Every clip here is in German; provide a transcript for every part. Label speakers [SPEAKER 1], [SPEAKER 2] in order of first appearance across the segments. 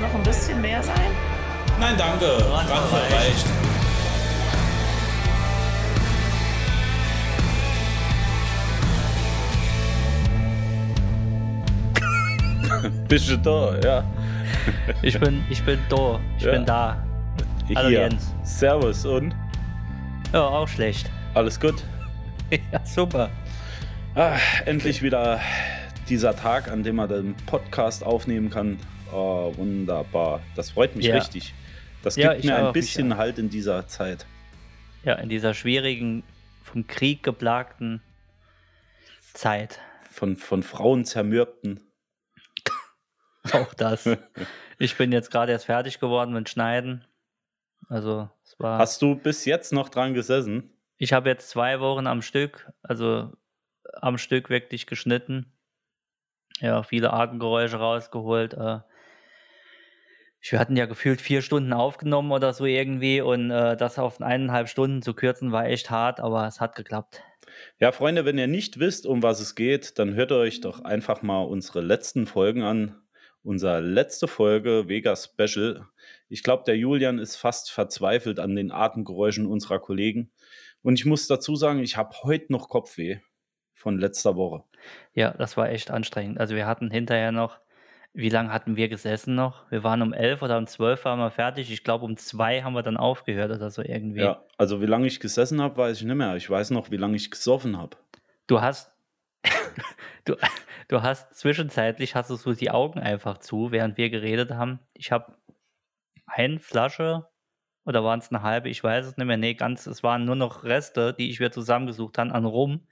[SPEAKER 1] noch ein bisschen mehr sein?
[SPEAKER 2] Nein, danke. Radfahren reicht.
[SPEAKER 3] Bist du da, ja.
[SPEAKER 4] Ich bin, ich bin da. Ich
[SPEAKER 3] Ja.
[SPEAKER 4] bin da. Hallo
[SPEAKER 3] Hier.
[SPEAKER 4] Jens.
[SPEAKER 3] Servus und
[SPEAKER 4] Ja, auch schlecht.
[SPEAKER 3] alles gut.
[SPEAKER 4] Ja, super.
[SPEAKER 3] Ah, endlich wieder dieser Tag, an dem man den Podcast aufnehmen kann. Oh, wunderbar. Das freut mich
[SPEAKER 4] Ja.
[SPEAKER 3] richtig. Das
[SPEAKER 4] Ja,
[SPEAKER 3] gibt
[SPEAKER 4] ich
[SPEAKER 3] mir ein
[SPEAKER 4] auch, mich
[SPEAKER 3] bisschen Halt in dieser Zeit.
[SPEAKER 4] Ja, in dieser schwierigen, vom Krieg geplagten Zeit.
[SPEAKER 3] Von, von Frauen zermürbten.
[SPEAKER 4] Auch das. ich bin jetzt gerade erst fertig geworden mit Schneiden. Also, es war.
[SPEAKER 3] Hast du bis jetzt noch dran gesessen?
[SPEAKER 4] Ich habe jetzt zwei Wochen am Stück, also am Stück wirklich geschnitten. Ja, viele Atemgeräusche rausgeholt. Äh, wir hatten ja gefühlt vier Stunden aufgenommen oder so irgendwie und äh, das auf eineinhalb Stunden zu kürzen war echt hart, aber es hat geklappt.
[SPEAKER 3] Ja, Freunde, wenn ihr nicht wisst, um was es geht, dann hört euch doch einfach mal unsere letzten Folgen an. Unsere letzte Folge, Vega Special. Ich glaube, der Julian ist fast verzweifelt an den Atemgeräuschen unserer Kollegen. Und ich muss dazu sagen, ich habe heute noch Kopfweh von letzter Woche.
[SPEAKER 4] Ja, das war echt anstrengend. Also wir hatten hinterher noch, wie lange hatten wir gesessen noch? Wir waren um elf oder um zwölf waren wir fertig. Ich glaube um zwei haben wir dann aufgehört oder so irgendwie.
[SPEAKER 3] Ja, also wie lange ich gesessen habe, weiß ich nicht mehr. Ich weiß noch, wie lange ich gesoffen habe.
[SPEAKER 4] Du hast, du, du hast zwischenzeitlich hast du so die Augen einfach zu, während wir geredet haben. Ich habe eine Flasche oder waren es eine halbe, ich weiß es nicht mehr. Nee, ganz, es waren nur noch Reste, die ich mir zusammengesucht habe an Rum.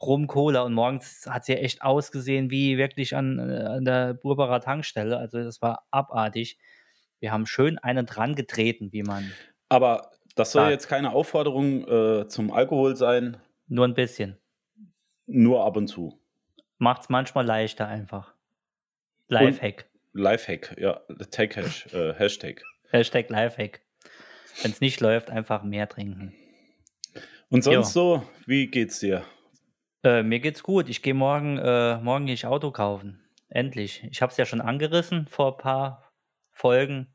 [SPEAKER 4] Rum Cola und morgens hat sie ja echt ausgesehen wie wirklich an, äh, an der Burberer Tankstelle. Also das war abartig. Wir haben schön einen dran getreten, wie man.
[SPEAKER 3] Aber das soll
[SPEAKER 4] Ah.
[SPEAKER 3] jetzt keine Aufforderung äh, zum Alkohol sein,
[SPEAKER 4] Nur ein bisschen.
[SPEAKER 3] nur ab und zu.
[SPEAKER 4] Macht es manchmal leichter einfach. Lifehack.
[SPEAKER 3] Lifehack, ja, Tag-Hash, äh, Hashtag.
[SPEAKER 4] Hashtag Lifehack. Wenn es nicht läuft, einfach mehr trinken.
[SPEAKER 3] Und
[SPEAKER 4] Ja.
[SPEAKER 3] sonst so, wie geht's dir?
[SPEAKER 4] Äh, mir geht's gut. Ich gehe morgen, äh, morgen gehe ich Auto kaufen. Endlich. Ich habe es ja schon angerissen vor ein paar Folgen.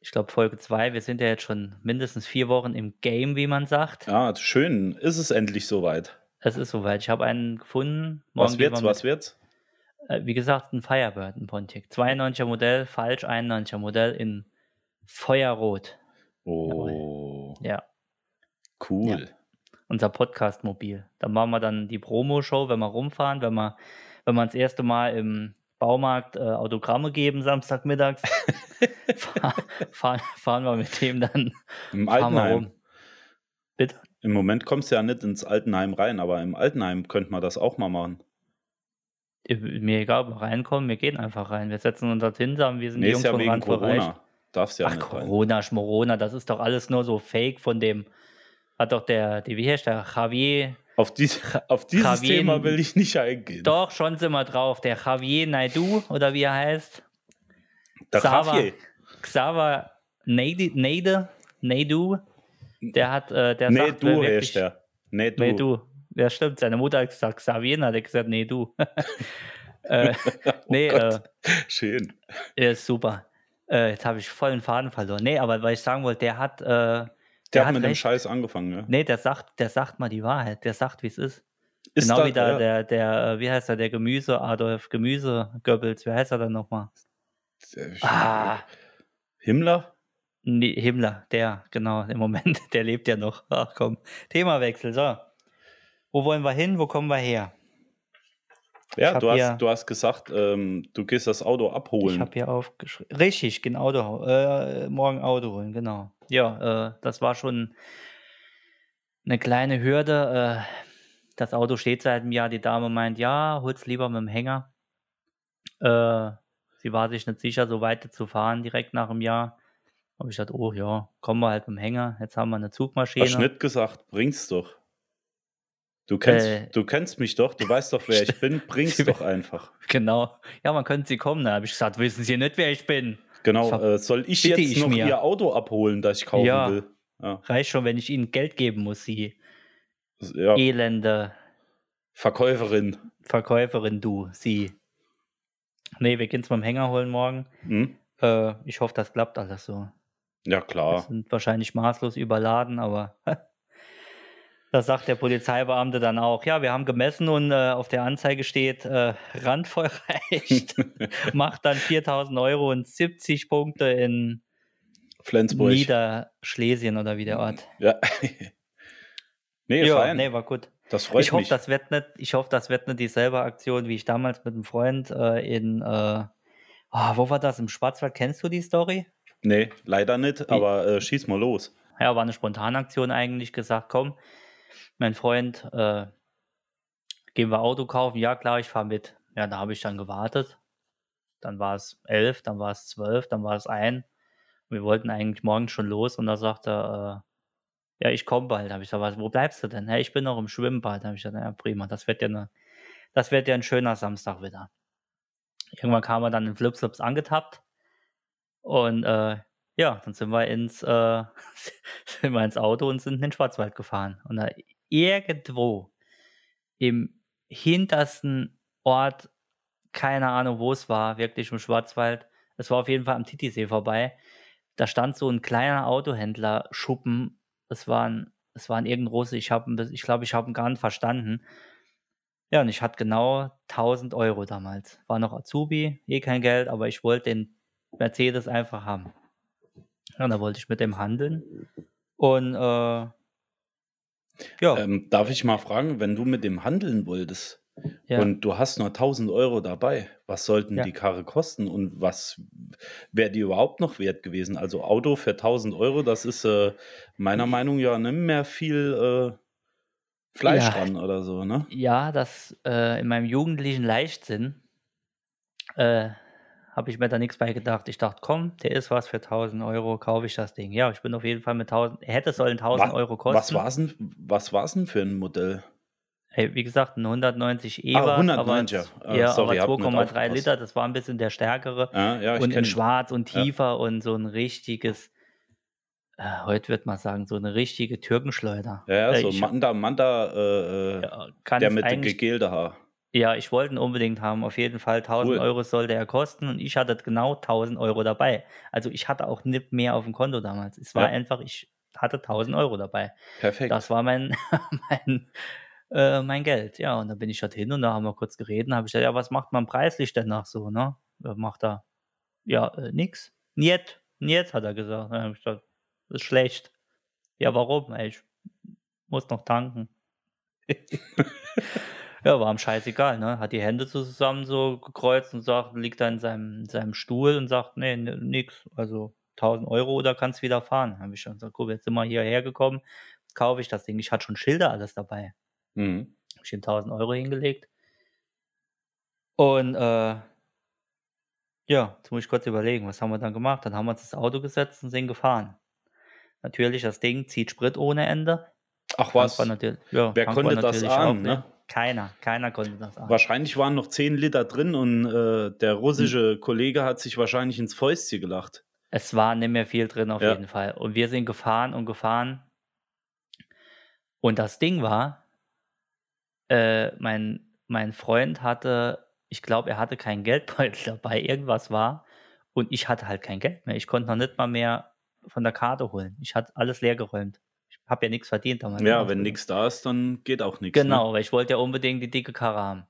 [SPEAKER 4] Ich glaube Folge 2. Wir sind ja jetzt schon mindestens vier Wochen im Game, wie man sagt.
[SPEAKER 3] Ja, schön, ist es endlich soweit.
[SPEAKER 4] Es ist soweit. Ich habe einen gefunden. Morgen
[SPEAKER 3] Was
[SPEAKER 4] gehen
[SPEAKER 3] wird's,
[SPEAKER 4] wir
[SPEAKER 3] was
[SPEAKER 4] mit,
[SPEAKER 3] wird's?
[SPEAKER 4] äh, Wie gesagt, ein Firebird, ein Pontiac. 92er Modell, falsch 91er Modell in Feuerrot.
[SPEAKER 3] Oh,
[SPEAKER 4] Ja.
[SPEAKER 3] cool.
[SPEAKER 4] unser Podcast-Mobil. Dann machen wir dann die Promo-Show, wenn wir rumfahren, wenn wir, wenn wir das erste Mal im Baumarkt äh, Autogramme geben, Samstagmittags, fahr, fahren, fahren wir mit dem dann
[SPEAKER 3] Im
[SPEAKER 4] fahren wir
[SPEAKER 3] Altenheim.
[SPEAKER 4] Bitte?
[SPEAKER 3] Im Moment kommst du ja nicht ins Altenheim rein, aber im Altenheim könnte man das auch mal machen.
[SPEAKER 4] Äh, Mir egal, ob wir reinkommen, wir gehen einfach rein. Wir setzen uns dorthin, sagen, wir sind
[SPEAKER 3] Nee,
[SPEAKER 4] die Jungs
[SPEAKER 3] ist ja
[SPEAKER 4] von
[SPEAKER 3] wegen
[SPEAKER 4] Randbereich.
[SPEAKER 3] Corona. Darfst ja
[SPEAKER 4] Ach,
[SPEAKER 3] nicht
[SPEAKER 4] Corona, Schmorona, das ist doch alles nur so Fake von dem, hat doch der, die, wie heißt der, Javier
[SPEAKER 3] rein. Auf, dies, auf dieses
[SPEAKER 4] Krawin-
[SPEAKER 3] Thema will ich nicht eingehen.
[SPEAKER 4] Doch, schon sind wir drauf. Der Javier Naidu, oder wie er heißt.
[SPEAKER 3] Der
[SPEAKER 4] Xaver-
[SPEAKER 3] Javier.
[SPEAKER 4] Xaver Neide, Neide, Naidu, der hat, äh, der
[SPEAKER 3] Nee,
[SPEAKER 4] sagt, wer
[SPEAKER 3] du
[SPEAKER 4] wirklich,
[SPEAKER 3] heißt der. Nee, du.
[SPEAKER 4] Nee, du. Ja, stimmt. Seine Mutter hat gesagt, Xavier, hat er gesagt, nee, du. äh, nee, äh,
[SPEAKER 3] Oh Gott. Schön.
[SPEAKER 4] er ist super. Äh, jetzt habe ich voll den Faden verloren. Nee, aber weil ich sagen wollte, der hat, äh, der,
[SPEAKER 3] Der, hat mit dem
[SPEAKER 4] recht. Genau
[SPEAKER 3] Scheiß angefangen, ne?
[SPEAKER 4] Nee, der sagt, der sagt mal die Wahrheit. Der sagt, wie es ist.
[SPEAKER 3] Ist
[SPEAKER 4] genau
[SPEAKER 3] da-
[SPEAKER 4] wie da
[SPEAKER 3] ja.
[SPEAKER 4] der, der, äh, wie heißt er, der Gemüse, Adolf Gemüse, Goebbels, wie heißt er dann nochmal? Ah,
[SPEAKER 3] Himmler?
[SPEAKER 4] nee, Himmler, der, genau, im Moment, der lebt ja noch. Ach komm, Themawechsel, so. Wo wollen wir hin, wo kommen wir her? Ich
[SPEAKER 3] Ja,
[SPEAKER 4] hab
[SPEAKER 3] du hast,
[SPEAKER 4] hier-
[SPEAKER 3] du hast gesagt, ähm, du gehst das Auto
[SPEAKER 4] Ich
[SPEAKER 3] abholen.
[SPEAKER 4] habe hier aufgeschrieben. Richtig, genau, Auto, hau- äh, morgen Auto holen, genau. Ja, äh, das war schon eine kleine Hürde. Äh, das Auto steht seit einem Jahr. Die Dame meint, ja, hol's lieber mit dem Hänger. Äh, sie war sich nicht sicher, so weit zu fahren direkt nach dem Jahr. Aber ich dachte, oh ja, kommen wir halt mit dem Hänger. Jetzt haben wir eine Zugmaschine.
[SPEAKER 3] Hast nicht gesagt, bring's doch. Du kennst,
[SPEAKER 4] Äh.
[SPEAKER 3] du kennst mich doch, du weißt doch, wer ich bin, bring's
[SPEAKER 4] Stimmt.
[SPEAKER 3] doch einfach.
[SPEAKER 4] Genau. Ja, man könnte sie kommen. Da habe ich gesagt, wissen Sie nicht, wer ich bin.
[SPEAKER 3] Genau,
[SPEAKER 4] Ver-
[SPEAKER 3] äh, soll ich jetzt
[SPEAKER 4] bitte ich
[SPEAKER 3] noch
[SPEAKER 4] mir.
[SPEAKER 3] ihr Auto abholen, das ich kaufen
[SPEAKER 4] Ja.
[SPEAKER 3] will? Ja,
[SPEAKER 4] Reicht schon, wenn ich Ihnen Geld geben muss, Sie
[SPEAKER 3] ja.
[SPEAKER 4] elende
[SPEAKER 3] Verkäuferin.
[SPEAKER 4] Verkäuferin, du, Sie. Nee, wir gehen es beim Hänger holen morgen.
[SPEAKER 3] Hm?
[SPEAKER 4] Äh, ich hoffe, das klappt alles so.
[SPEAKER 3] Ja,
[SPEAKER 4] Wir
[SPEAKER 3] klar.
[SPEAKER 4] sind wahrscheinlich maßlos überladen, aber das sagt der Polizeibeamte dann auch. Ja, wir haben gemessen und äh, auf der Anzeige steht äh, randvoll reicht. Macht dann 4000 Euro und 70 Punkte in
[SPEAKER 3] Flensburg.
[SPEAKER 4] Niederschlesien oder wie der Ort.
[SPEAKER 3] Ja. nee,
[SPEAKER 4] Ja,
[SPEAKER 3] fein.
[SPEAKER 4] nee, war gut.
[SPEAKER 3] Das freut
[SPEAKER 4] ich hoffe,
[SPEAKER 3] mich.
[SPEAKER 4] das wird nicht, ich hoffe, das wird nicht dieselbe Aktion, wie ich damals mit einem Freund äh, in, äh, ah, wo war das, im Schwarzwald, kennst du die Story?
[SPEAKER 3] nee, leider nicht, aber äh, schieß mal los.
[SPEAKER 4] Ja, war eine Spontanaktion eigentlich, gesagt, komm, mein Freund, äh, gehen wir Auto kaufen? Ja, klar, ich fahre mit. Ja, da habe ich dann gewartet. Dann war es elf, dann war es zwölf, dann war es ein. Wir wollten eigentlich morgen schon los und da sagte er, äh, ja, ich komme bald. Habe ich gesagt, was, wo bleibst du denn? Ja, ich bin noch im Schwimmbad. Habe ich gesagt, ja, prima, das wird ja, eine, das wird ja ein schöner Samstag wieder. Irgendwann kam er dann in Flipslops angetappt und äh, ja, dann sind wir ins, äh, sind wir ins Auto und sind in den Schwarzwald gefahren. Und da irgendwo im hintersten Ort, keine Ahnung, wo es war, wirklich im Schwarzwald, es war auf jeden Fall am Titisee vorbei, da stand so ein kleiner Autohändler-Schuppen. Es waren, es waren irgendein Russe, ich glaube, ich, glaub, ich habe ihn gar nicht verstanden. Ja, und ich hatte genau 1000 Euro damals. War noch Azubi, eh kein Geld, aber ich wollte den Mercedes einfach haben. Ja, und da wollte ich mit dem handeln. Und äh, ja,
[SPEAKER 3] Ähm, darf ich mal fragen, wenn du mit dem handeln wolltest
[SPEAKER 4] ja.
[SPEAKER 3] und du hast nur 1000 Euro dabei, was sollten
[SPEAKER 4] Ja.
[SPEAKER 3] die Karre kosten und was wäre die überhaupt noch wert gewesen? Also Auto für 1000 Euro, das ist äh, meiner
[SPEAKER 4] Hm.
[SPEAKER 3] Meinung nach nicht mehr viel äh, Fleisch
[SPEAKER 4] Ja.
[SPEAKER 3] dran oder so, ne?
[SPEAKER 4] ja, das äh, in meinem jugendlichen Leichtsinn äh, habe ich mir da nichts bei gedacht. Ich dachte, komm, der ist was für 1000 Euro, kaufe ich das Ding. Ja, ich bin auf jeden Fall mit 1000, hätte es sollen 1000
[SPEAKER 3] Wa-
[SPEAKER 4] Euro kosten.
[SPEAKER 3] Was war es denn, was war's denn für ein Modell?
[SPEAKER 4] Ey, wie gesagt, ein 190 E
[SPEAKER 3] Ah,
[SPEAKER 4] war,
[SPEAKER 3] 190er.
[SPEAKER 4] aber,
[SPEAKER 3] Ah,
[SPEAKER 4] ja,
[SPEAKER 3] sorry, hab
[SPEAKER 4] aber
[SPEAKER 3] nicht
[SPEAKER 4] 2,3
[SPEAKER 3] aufgepasst.
[SPEAKER 4] Liter, das war ein bisschen der stärkere.
[SPEAKER 3] Ja, ja ich
[SPEAKER 4] und in
[SPEAKER 3] kenn-
[SPEAKER 4] schwarz und
[SPEAKER 3] Ja.
[SPEAKER 4] tiefer und so ein richtiges, äh, heute wird man sagen, so eine richtige Türkenschleuder.
[SPEAKER 3] Ja,
[SPEAKER 4] Äh,
[SPEAKER 3] ja, so
[SPEAKER 4] ich-
[SPEAKER 3] Manda, Manda, äh, äh,
[SPEAKER 4] ja, kann
[SPEAKER 3] der
[SPEAKER 4] es
[SPEAKER 3] mit dem
[SPEAKER 4] eigentlich-
[SPEAKER 3] gegelten Haar.
[SPEAKER 4] Ja, ich wollte ihn unbedingt haben. Auf jeden Fall 1000
[SPEAKER 3] Cool.
[SPEAKER 4] Euro sollte er kosten und ich hatte genau 1000 Euro dabei. Also ich hatte auch nicht mehr auf dem Konto damals. Es war
[SPEAKER 3] Ja.
[SPEAKER 4] einfach, ich hatte 1000 Euro dabei.
[SPEAKER 3] Perfekt.
[SPEAKER 4] Das war mein, mein, äh, mein Geld. Ja, und dann bin ich halt hin und da haben wir kurz geredet. habe ich gesagt, ja, was macht man preislich denn noch so, ne? Äh, Macht er, ja, äh, nix. Niet, niet, hat er gesagt. Dann habe ich gesagt, das ist schlecht. Ja, warum? Ey, ich muss noch tanken. ja, war ihm scheißegal, ne? Hat die Hände so zusammen so gekreuzt und sagt, liegt da in seinem, in seinem Stuhl und sagt, nee, n- nix. Also 1000 Euro oder kannst wieder fahren. Habe ich schon gesagt, guck, jetzt sind wir hierher gekommen, kaufe ich das Ding. Ich hatte schon Schilder alles dabei
[SPEAKER 3] mhm.
[SPEAKER 4] habe ich ihm 1000 Euro hingelegt. Und äh, ja, jetzt muss ich kurz überlegen, was haben wir dann gemacht? Dann haben wir uns ins Auto gesetzt und sind gefahren. Natürlich, das Ding zieht Sprit ohne Ende.
[SPEAKER 3] Ach
[SPEAKER 4] Tank
[SPEAKER 3] was,
[SPEAKER 4] war natürlich- ja,
[SPEAKER 3] wer
[SPEAKER 4] Tank war
[SPEAKER 3] konnte das
[SPEAKER 4] natürlich auch
[SPEAKER 3] ahnen,
[SPEAKER 4] leer.
[SPEAKER 3] ne?
[SPEAKER 4] Keiner, keiner konnte das ahnen.
[SPEAKER 3] Wahrscheinlich waren noch 10 Liter drin und äh, der
[SPEAKER 4] Hm.
[SPEAKER 3] russische Kollege hat sich wahrscheinlich ins Fäustchen gelacht.
[SPEAKER 4] Es war nicht mehr viel drin auf
[SPEAKER 3] Ja.
[SPEAKER 4] jeden Fall. Und wir sind gefahren und gefahren. Und das Ding war, äh, mein, mein Freund hatte, ich glaube, er hatte keinen Geldbeutel dabei, irgendwas war. Und ich hatte halt kein Geld mehr. Ich konnte noch nicht mal mehr von der Karte holen. Ich hatte alles leer geräumt. Ich habe ja nichts verdient damals. ne? Also
[SPEAKER 3] Ja, wenn nichts da ist, dann geht auch ne? nichts.
[SPEAKER 4] Genau, weil ich wollte ja unbedingt die dicke Karre haben.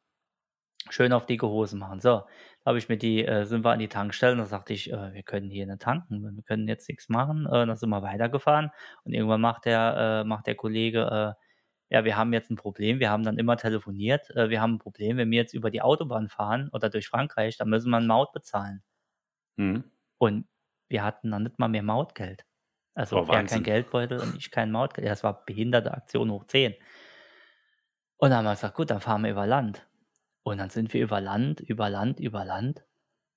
[SPEAKER 4] Schön auf dicke Hosen machen. So, da habe ich mir die, äh, sind wir an die Tankstelle und da sagte ich, äh, wir können hier nicht tanken, wir können jetzt nichts machen. Äh, dann sind wir weitergefahren und irgendwann macht der, äh, macht der Kollege, äh, ja, wir haben jetzt ein Problem, wir haben dann immer telefoniert, äh, wir haben ein Problem, wenn wir jetzt über die Autobahn fahren oder durch Frankreich, dann müssen wir eine Maut bezahlen.
[SPEAKER 3] Ne? Mhm.
[SPEAKER 4] Und wir hatten dann nicht mal mehr Mautgeld. Also
[SPEAKER 3] Oh,
[SPEAKER 4] er
[SPEAKER 3] Wahnsinn.
[SPEAKER 4] kein Geldbeutel und ich kein Mautgeld. Ja, das war behinderte Aktion hoch 10. Und dann haben wir gesagt, gut, dann fahren wir über Land. Und dann sind wir über Land, über Land, über Land.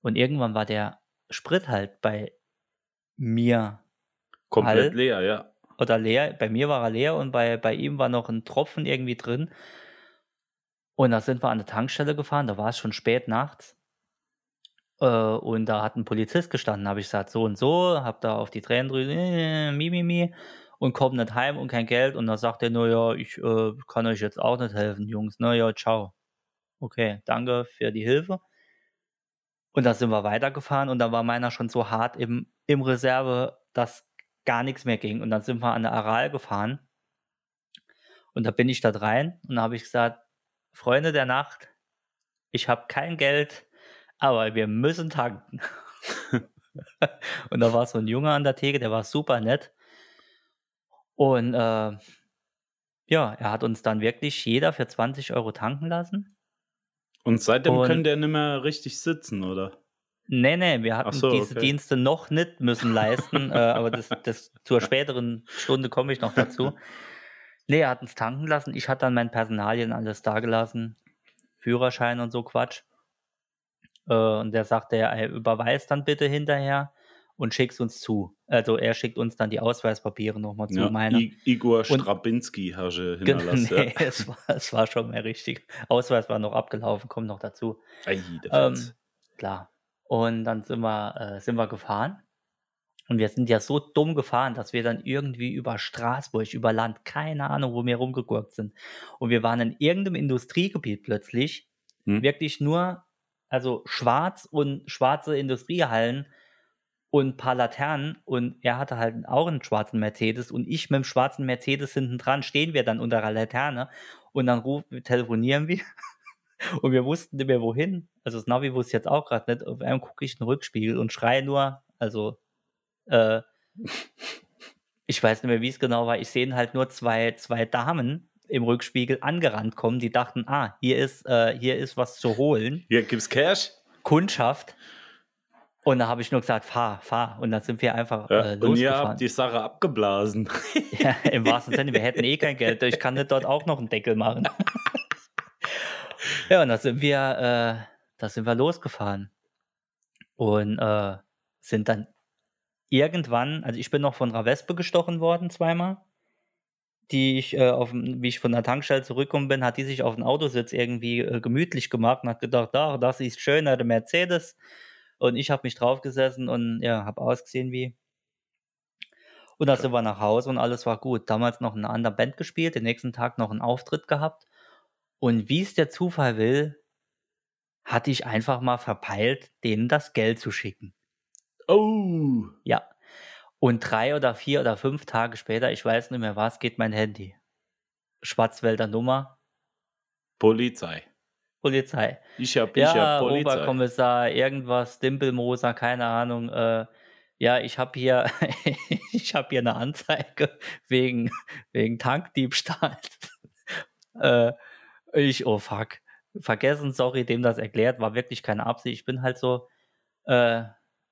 [SPEAKER 4] Und irgendwann war der Sprit halt bei mir
[SPEAKER 3] Komplett
[SPEAKER 4] All-
[SPEAKER 3] leer, ja.
[SPEAKER 4] oder leer. Bei mir war er leer und bei, bei ihm war noch ein Tropfen irgendwie drin. Und da sind wir an der Tankstelle gefahren, da war es schon spät nachts. Äh, und da hat ein Polizist gestanden, habe ich gesagt, so und so, hab da auf die Tränen drüben, äh, mi, mi, mi, und komm nicht heim und kein Geld. Und da sagt er, naja, ich äh, kann euch jetzt auch nicht helfen, Jungs, naja, ciao. Okay, danke für die Hilfe. Und da sind wir weitergefahren und dann war meiner schon so hart im, im Reserve, dass gar nichts mehr ging. Und dann sind wir an der Aral gefahren. Und da bin ich da rein und da habe ich gesagt, Freunde der Nacht, ich habe kein Geld, aber wir müssen tanken. und da war so ein Junge an der Theke, der war super nett. Und äh, ja, er hat uns dann wirklich jeder für 20 Euro tanken lassen.
[SPEAKER 3] Und seitdem
[SPEAKER 4] Und-
[SPEAKER 3] können der nicht mehr richtig sitzen, oder?
[SPEAKER 4] Nee, nee, wir hatten
[SPEAKER 3] so,
[SPEAKER 4] diese
[SPEAKER 3] okay.
[SPEAKER 4] Dienste noch nicht müssen leisten, äh, aber das, das zur späteren Stunde komme ich noch dazu. Nee, er hat uns tanken lassen. Ich hatte dann mein Personalien alles dagelassen. Führerschein und so Quatsch. Äh, und der sagte, er überweist dann bitte hinterher und schickt uns zu. Also er schickt uns dann die Ausweispapiere nochmal zu.
[SPEAKER 3] Ja,
[SPEAKER 4] meine.
[SPEAKER 3] I Igor Strabinski hasche
[SPEAKER 4] Genau,
[SPEAKER 3] hinterlassen.
[SPEAKER 4] nee,
[SPEAKER 3] Ja.
[SPEAKER 4] es, war, es war schon mehr richtig. Ausweis war noch abgelaufen, kommt noch dazu.
[SPEAKER 3] Ei, der
[SPEAKER 4] Ähm,
[SPEAKER 3] Fetz.
[SPEAKER 4] klar. Und dann sind wir, äh, sind wir gefahren. Und wir sind ja so dumm gefahren, dass wir dann irgendwie über Straßburg, über Land, keine Ahnung, wo wir rumgegurkt sind. Und wir waren in irgendeinem Industriegebiet plötzlich.
[SPEAKER 3] Hm.
[SPEAKER 4] Wirklich nur, also schwarz und schwarze Industriehallen und ein paar Laternen. Und er hatte halt auch einen schwarzen Mercedes. Und ich mit dem schwarzen Mercedes hinten dran stehen wir dann unter der Laterne. Und dann rufen, telefonieren wir. Und wir wussten nicht mehr wohin. Also das Navi wusste jetzt auch gerade nicht. Auf einmal gucke ich in den Rückspiegel und schreie nur, also äh, ich weiß nicht mehr, wie es genau war. Ich sehe halt nur zwei, zwei Damen im Rückspiegel angerannt kommen, die dachten, ah, hier ist, äh, hier ist was zu holen.
[SPEAKER 3] Hier gibt's Cash.
[SPEAKER 4] Kundschaft. Und da habe ich nur gesagt, fahr, fahr. Und dann sind wir einfach äh,
[SPEAKER 3] Ja. und ihr habt
[SPEAKER 4] losgefahren.
[SPEAKER 3] die Sache abgeblasen.
[SPEAKER 4] Ja, Im wahrsten Sinne, wir hätten eh kein Geld. Ich kann nicht dort auch noch einen Deckel machen. ja, und da sind wir, äh, da sind wir losgefahren. Und äh, sind dann irgendwann, also ich bin noch von einer Wespe gestochen worden zweimal, die ich, äh, auf, dem- wie ich von der Tankstelle zurückgekommen bin, hat die sich auf den Autositz irgendwie äh, gemütlich gemacht und hat gedacht, ach, das ist schöner, der Mercedes. Und ich habe mich draufgesessen und ja, habe ausgesehen wie. Und dann sind wir nach Hause und alles war gut. Damals noch in einer anderen Band gespielt, den nächsten Tag noch einen Auftritt gehabt. Und wie es der Zufall will, hatte ich einfach mal verpeilt, denen das Geld zu schicken.
[SPEAKER 3] Oh.
[SPEAKER 4] Ja. Und drei oder vier oder fünf Tage später, ich weiß nicht mehr was, geht mein Handy. Schwarzwälder Nummer,
[SPEAKER 3] Polizei.
[SPEAKER 4] Polizei.
[SPEAKER 3] Ich hab, ich
[SPEAKER 4] Ja,
[SPEAKER 3] hab Polizei.
[SPEAKER 4] Oberkommissar, irgendwas, Dimpelmoser, keine Ahnung. Äh, ja, ich habe hier, ich habe hier eine Anzeige wegen, wegen Tankdiebstahl. äh, ich, oh fuck, vergessen, sorry, dem das erklärt, war wirklich keine Absicht. Ich bin halt so äh,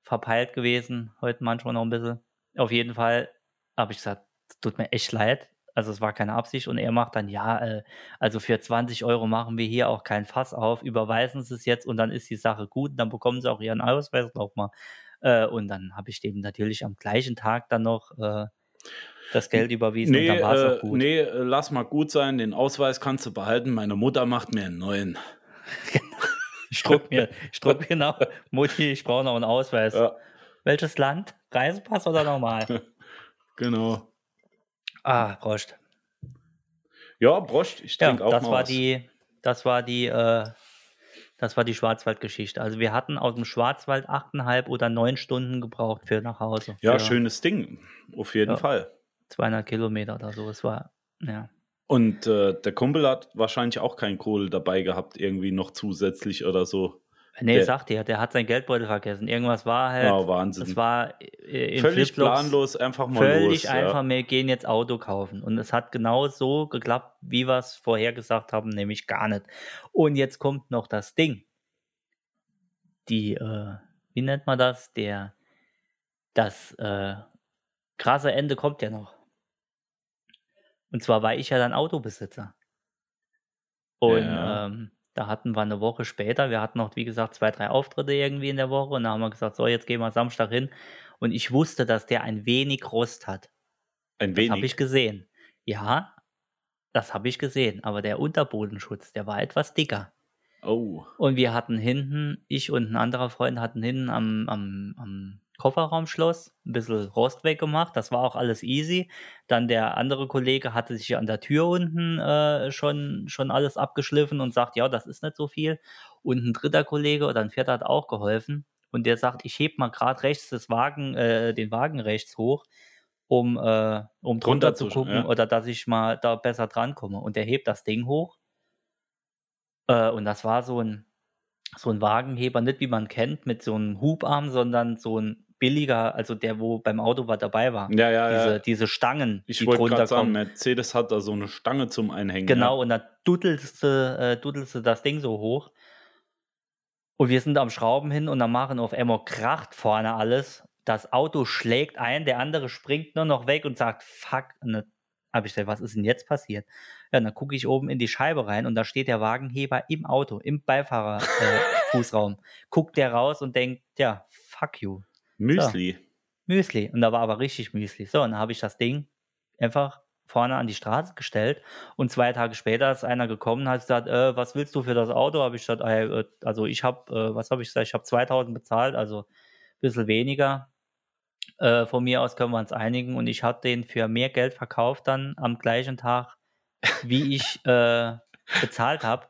[SPEAKER 4] verpeilt gewesen, heute manchmal noch ein bisschen. Auf jeden Fall habe ich gesagt, es tut mir echt leid. Also es war keine Absicht und er macht dann, ja, äh, also für 20 Euro machen wir hier auch kein Fass auf, überweisen sie es jetzt und dann ist die Sache gut und dann bekommen sie auch ihren Ausweis nochmal. Äh, und dann habe ich dem natürlich am gleichen Tag dann noch äh, das Geld überwiesen
[SPEAKER 3] Nee,
[SPEAKER 4] und dann war es
[SPEAKER 3] äh,
[SPEAKER 4] auch gut.
[SPEAKER 3] nee, äh, lass mal gut sein. Den Ausweis kannst du behalten. Meine Mutter macht mir einen neuen.
[SPEAKER 4] Ich druck mir, ich druck mir noch, Mutti, ich brauche noch einen Ausweis.
[SPEAKER 3] Ja.
[SPEAKER 4] Welches Land? Reisepass oder normal?
[SPEAKER 3] Genau.
[SPEAKER 4] ah, Prost.
[SPEAKER 3] Ja, Brosch, ich
[SPEAKER 4] Ja,
[SPEAKER 3] trinke auch
[SPEAKER 4] das
[SPEAKER 3] mal
[SPEAKER 4] war
[SPEAKER 3] was.
[SPEAKER 4] die, das war die, äh, das war die Schwarzwaldgeschichte. Also wir hatten aus dem Schwarzwald achteinhalb oder neun Stunden gebraucht für nach Hause.
[SPEAKER 3] ja,
[SPEAKER 4] für
[SPEAKER 3] schönes Ding. Auf jeden
[SPEAKER 4] Ja.
[SPEAKER 3] Fall.
[SPEAKER 4] 200 Kilometer oder so. Es war, ja.
[SPEAKER 3] Und äh, der Kumpel hat wahrscheinlich auch kein Kohle dabei gehabt, irgendwie noch zusätzlich oder so.
[SPEAKER 4] Nee,
[SPEAKER 3] Der-
[SPEAKER 4] sagt er, der hat seinen Geldbeutel vergessen. Irgendwas war halt.
[SPEAKER 3] Ja, Wahnsinn.
[SPEAKER 4] es war äh, in
[SPEAKER 3] Völlig
[SPEAKER 4] Flipflops.
[SPEAKER 3] planlos, einfach mal
[SPEAKER 4] Völlig
[SPEAKER 3] los. ja.
[SPEAKER 4] einfach, wir gehen jetzt Auto kaufen. Und es hat genau so geklappt, wie wir es vorher gesagt haben, nämlich gar nicht. Und jetzt kommt noch das Ding. Die, äh, wie nennt man das? Der, das äh, krasse Ende kommt ja noch. Und zwar war ich ja dann Autobesitzer. Und
[SPEAKER 3] Ja.
[SPEAKER 4] ähm, da hatten wir eine Woche später, wir hatten noch, wie gesagt, zwei, drei Auftritte irgendwie in der Woche. Und da haben wir gesagt, so, jetzt gehen wir Samstag hin. Und ich wusste, dass der ein wenig Rost hat.
[SPEAKER 3] Ein
[SPEAKER 4] Das habe ich
[SPEAKER 3] wenig.
[SPEAKER 4] gesehen. Ja, das habe ich gesehen. Aber der Unterbodenschutz, der war etwas dicker.
[SPEAKER 3] Oh,
[SPEAKER 4] Und wir hatten hinten, ich und ein anderer Freund hatten hinten am, am, am Kofferraumschloss ein bisschen Rost weggemacht. Das war auch alles easy. Dann der andere Kollege hatte sich an der Tür unten äh, schon, schon alles abgeschliffen und sagt, ja, das ist nicht so viel. Und ein dritter Kollege oder ein vierter hat auch geholfen. Und der sagt, ich heb mal gerade rechts das Wagen, äh, den Wagen rechts hoch, um, äh, um drunter zu
[SPEAKER 3] zu-
[SPEAKER 4] gucken
[SPEAKER 3] ja.
[SPEAKER 4] oder dass ich mal da besser drankomme. Und der hebt das Ding hoch. Äh, und das war so ein, so ein Wagenheber, nicht wie man kennt, mit so einem Hubarm, sondern so ein billiger, also der, wo beim Auto war, dabei war.
[SPEAKER 3] Ja, ja, ja.
[SPEAKER 4] Diese, diese Stangen,
[SPEAKER 3] ich
[SPEAKER 4] die
[SPEAKER 3] wollte
[SPEAKER 4] drunter
[SPEAKER 3] gerade sagen,
[SPEAKER 4] kommen.
[SPEAKER 3] Mercedes hat da so eine Stange zum Einhängen.
[SPEAKER 4] Genau,
[SPEAKER 3] Ja.
[SPEAKER 4] und dann dudelst du, äh, dudelst du das Ding so hoch. Und wir sind am Schrauben hin und dann machen auf einmal kracht vorne alles. Das Auto schlägt ein, der andere springt nur noch weg und sagt, fuck. Und dann habe ich gesagt, was ist denn jetzt passiert? Ja, und dann gucke ich oben in die Scheibe rein und da steht der Wagenheber im Auto, im Beifahrerfußraum. Äh, Fußraum. Guckt der raus und denkt, ja, fuck you.
[SPEAKER 3] Müsli.
[SPEAKER 4] Müsli. Und da war aber richtig Müsli. So, und dann habe ich das Ding einfach vorne an die Straße gestellt. Und zwei Tage später ist einer gekommen und hat gesagt, äh, was willst du für das Auto? Habe ich gesagt, "Ey, äh, also ich habe, äh, was habe ich gesagt? Ich habe 2000 bezahlt, also ein bisschen weniger. Äh, von mir aus können wir uns einigen. Und ich habe den für mehr Geld verkauft dann am gleichen Tag, wie ich äh, bezahlt habe.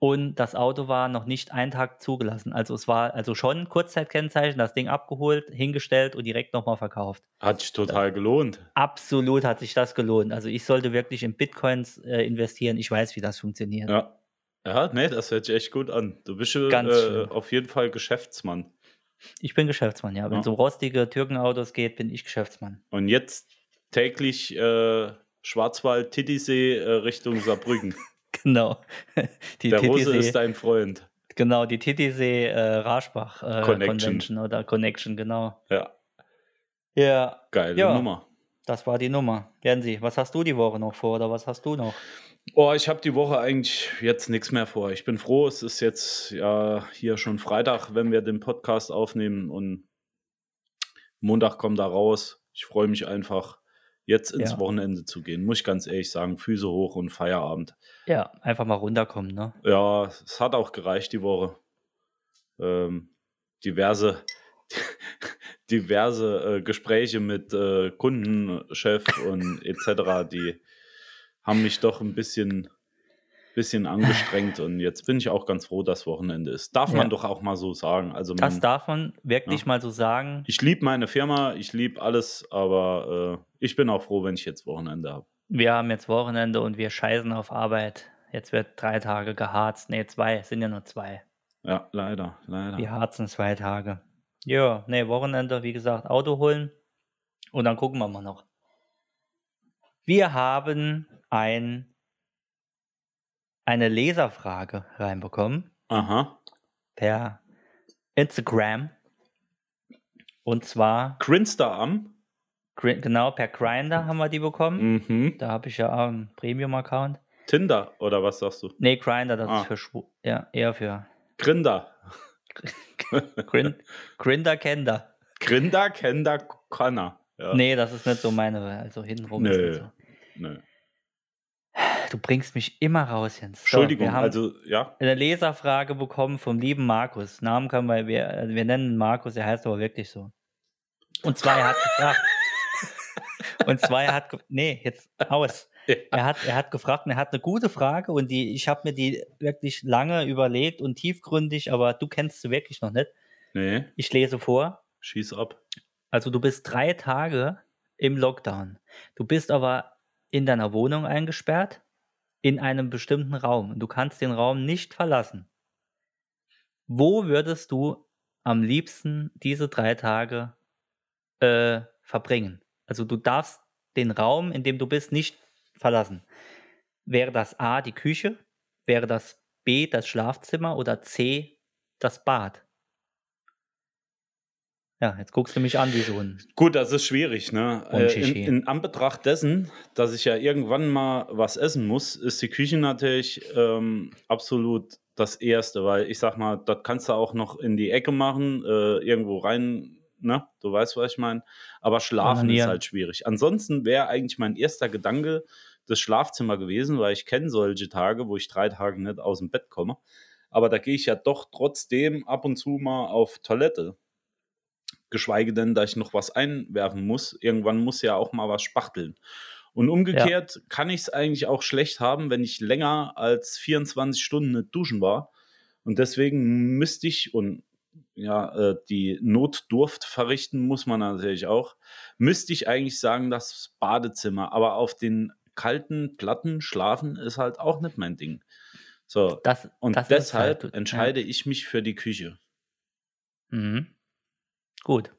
[SPEAKER 4] Und das Auto war noch nicht einen Tag zugelassen. Also es war also schon Kurzzeitkennzeichen, das Ding abgeholt, hingestellt und direkt nochmal verkauft.
[SPEAKER 3] Hat sich total gelohnt.
[SPEAKER 4] Absolut hat sich das gelohnt. Also ich sollte wirklich in Bitcoins äh, investieren. Ich weiß, wie das funktioniert.
[SPEAKER 3] Ja. Ja, nee, das hört sich echt gut an. Du bist ja,
[SPEAKER 4] Ganz
[SPEAKER 3] äh,
[SPEAKER 4] schön.
[SPEAKER 3] auf jeden Fall Geschäftsmann.
[SPEAKER 4] Ich bin Geschäftsmann, ja. Wenn es
[SPEAKER 3] Ja.
[SPEAKER 4] um rostige Türkenautos geht, bin ich Geschäftsmann.
[SPEAKER 3] Und jetzt täglich äh, Schwarzwald, Titisee äh, Richtung Saarbrücken.
[SPEAKER 4] Genau. Die
[SPEAKER 3] Der Russe
[SPEAKER 4] TTC
[SPEAKER 3] ist dein Freund.
[SPEAKER 4] genau, die TTC äh, Raschbach äh,
[SPEAKER 3] Connection.
[SPEAKER 4] Convention oder Connection, genau.
[SPEAKER 3] Ja,
[SPEAKER 4] Ja,
[SPEAKER 3] geile
[SPEAKER 4] Ja.
[SPEAKER 3] Nummer.
[SPEAKER 4] das war die Nummer. Werden Sie, was hast du die Woche noch vor oder was hast du noch?
[SPEAKER 3] Oh, ich habe die Woche eigentlich jetzt nichts mehr vor. Ich bin froh, es ist jetzt ja hier schon Freitag, wenn wir den Podcast aufnehmen und Montag kommt da raus. Ich freue mich einfach, jetzt ins
[SPEAKER 4] Ja.
[SPEAKER 3] Wochenende zu gehen, muss ich ganz ehrlich sagen. Füße hoch und Feierabend.
[SPEAKER 4] Ja, einfach mal runterkommen, ne?
[SPEAKER 3] Ja, es hat auch gereicht die Woche. Ähm, diverse diverse äh, Gespräche mit äh, Kundenchef und etc., die haben mich doch ein bisschen, bisschen angestrengt und jetzt bin ich auch ganz froh, dass Wochenende ist. Darf
[SPEAKER 4] Ja.
[SPEAKER 3] man doch auch mal so sagen. Also
[SPEAKER 4] Das
[SPEAKER 3] man,
[SPEAKER 4] darf man wirklich
[SPEAKER 3] Ja.
[SPEAKER 4] mal so sagen.
[SPEAKER 3] ich liebe meine Firma, ich liebe alles, aber äh, ich bin auch froh, wenn ich jetzt Wochenende habe.
[SPEAKER 4] Wir haben jetzt Wochenende und wir scheißen auf Arbeit. Jetzt wird drei Tage geharzt. Nee, zwei, sind ja nur zwei.
[SPEAKER 3] Ja, leider, leider.
[SPEAKER 4] Wir harzen zwei Tage. Ja, nee, Wochenende, wie gesagt, Auto holen. Und dann gucken wir mal noch. Wir haben ein, eine Leserfrage reinbekommen
[SPEAKER 3] Aha.
[SPEAKER 4] per Instagram. Und zwar,
[SPEAKER 3] Grinster am.
[SPEAKER 4] gr- genau, per Grinder haben wir die bekommen.
[SPEAKER 3] Mhm.
[SPEAKER 4] Da habe ich ja auch einen Premium-Account.
[SPEAKER 3] Tinder oder was sagst du?
[SPEAKER 4] Nee, Grinder, das
[SPEAKER 3] Ah.
[SPEAKER 4] ist für Schwu ja, eher für
[SPEAKER 3] Grinder.
[SPEAKER 4] Grin Grinder Kender.
[SPEAKER 3] Grinder, Kender, Kanner. Ja.
[SPEAKER 4] Nee, das ist nicht so meine, also hintenrum ist
[SPEAKER 3] Nö.
[SPEAKER 4] nicht so.
[SPEAKER 3] Nö.
[SPEAKER 4] Du bringst mich immer raus, Jens. So,
[SPEAKER 3] Entschuldigung,
[SPEAKER 4] wir haben
[SPEAKER 3] also ja.
[SPEAKER 4] eine Leserfrage bekommen vom lieben Markus. Namen können wir, wir, also wir nennen ihn Markus, er heißt aber wirklich so. Und zwar, er hat gefragt. und zwar, er hat, ge- nee, jetzt aus.
[SPEAKER 3] Ja.
[SPEAKER 4] Er hat, er hat gefragt und er hat eine gute Frage und die, ich habe mir die wirklich lange überlegt und tiefgründig, aber du kennst sie wirklich noch nicht.
[SPEAKER 3] Nee,
[SPEAKER 4] Ich lese vor.
[SPEAKER 3] schieß ab.
[SPEAKER 4] Also du bist drei Tage im Lockdown. Du bist aber in deiner Wohnung eingesperrt, in einem bestimmten Raum. Du kannst den Raum nicht verlassen. Wo würdest du am liebsten diese drei Tage äh, verbringen? Also du darfst den Raum, in dem du bist, nicht verlassen. Wäre das A die Küche? Wäre das B das Schlafzimmer oder C das Bad? Ja, jetzt guckst du mich an wie so ein
[SPEAKER 3] Gut, das ist schwierig, ne?
[SPEAKER 4] Und
[SPEAKER 3] Äh, in,
[SPEAKER 4] Shishi.
[SPEAKER 3] in Anbetracht dessen, dass ich ja irgendwann mal was essen muss, ist die Küche natürlich ähm, absolut das Erste, weil ich sag mal, das kannst du auch noch in die Ecke machen, äh, irgendwo rein, ne? Du weißt, was ich meine. Aber Schlafen ist
[SPEAKER 4] Onanieren.
[SPEAKER 3] halt schwierig. Ansonsten wäre eigentlich mein erster Gedanke das Schlafzimmer gewesen, weil ich kenne solche Tage, wo ich drei Tage nicht aus dem Bett komme. Aber da gehe ich ja doch trotzdem ab und zu mal auf Toilette. Geschweige denn, da ich noch was einwerfen muss. Irgendwann muss ja auch mal was spachteln. Und umgekehrt kann ich es eigentlich auch schlecht haben, wenn ich länger als 24 Stunden nicht duschen war Und deswegen müsste ich und ja, äh, die Notdurft verrichten muss man natürlich auch, müsste ich eigentlich sagen, das Badezimmer. Aber auf den kalten Platten schlafen ist halt auch nicht mein Ding. So,
[SPEAKER 4] Das,
[SPEAKER 3] und
[SPEAKER 4] das ist
[SPEAKER 3] deshalb
[SPEAKER 4] halt-
[SPEAKER 3] entscheide ich mich für die Küche.
[SPEAKER 4] Ja. Mhm. Gut.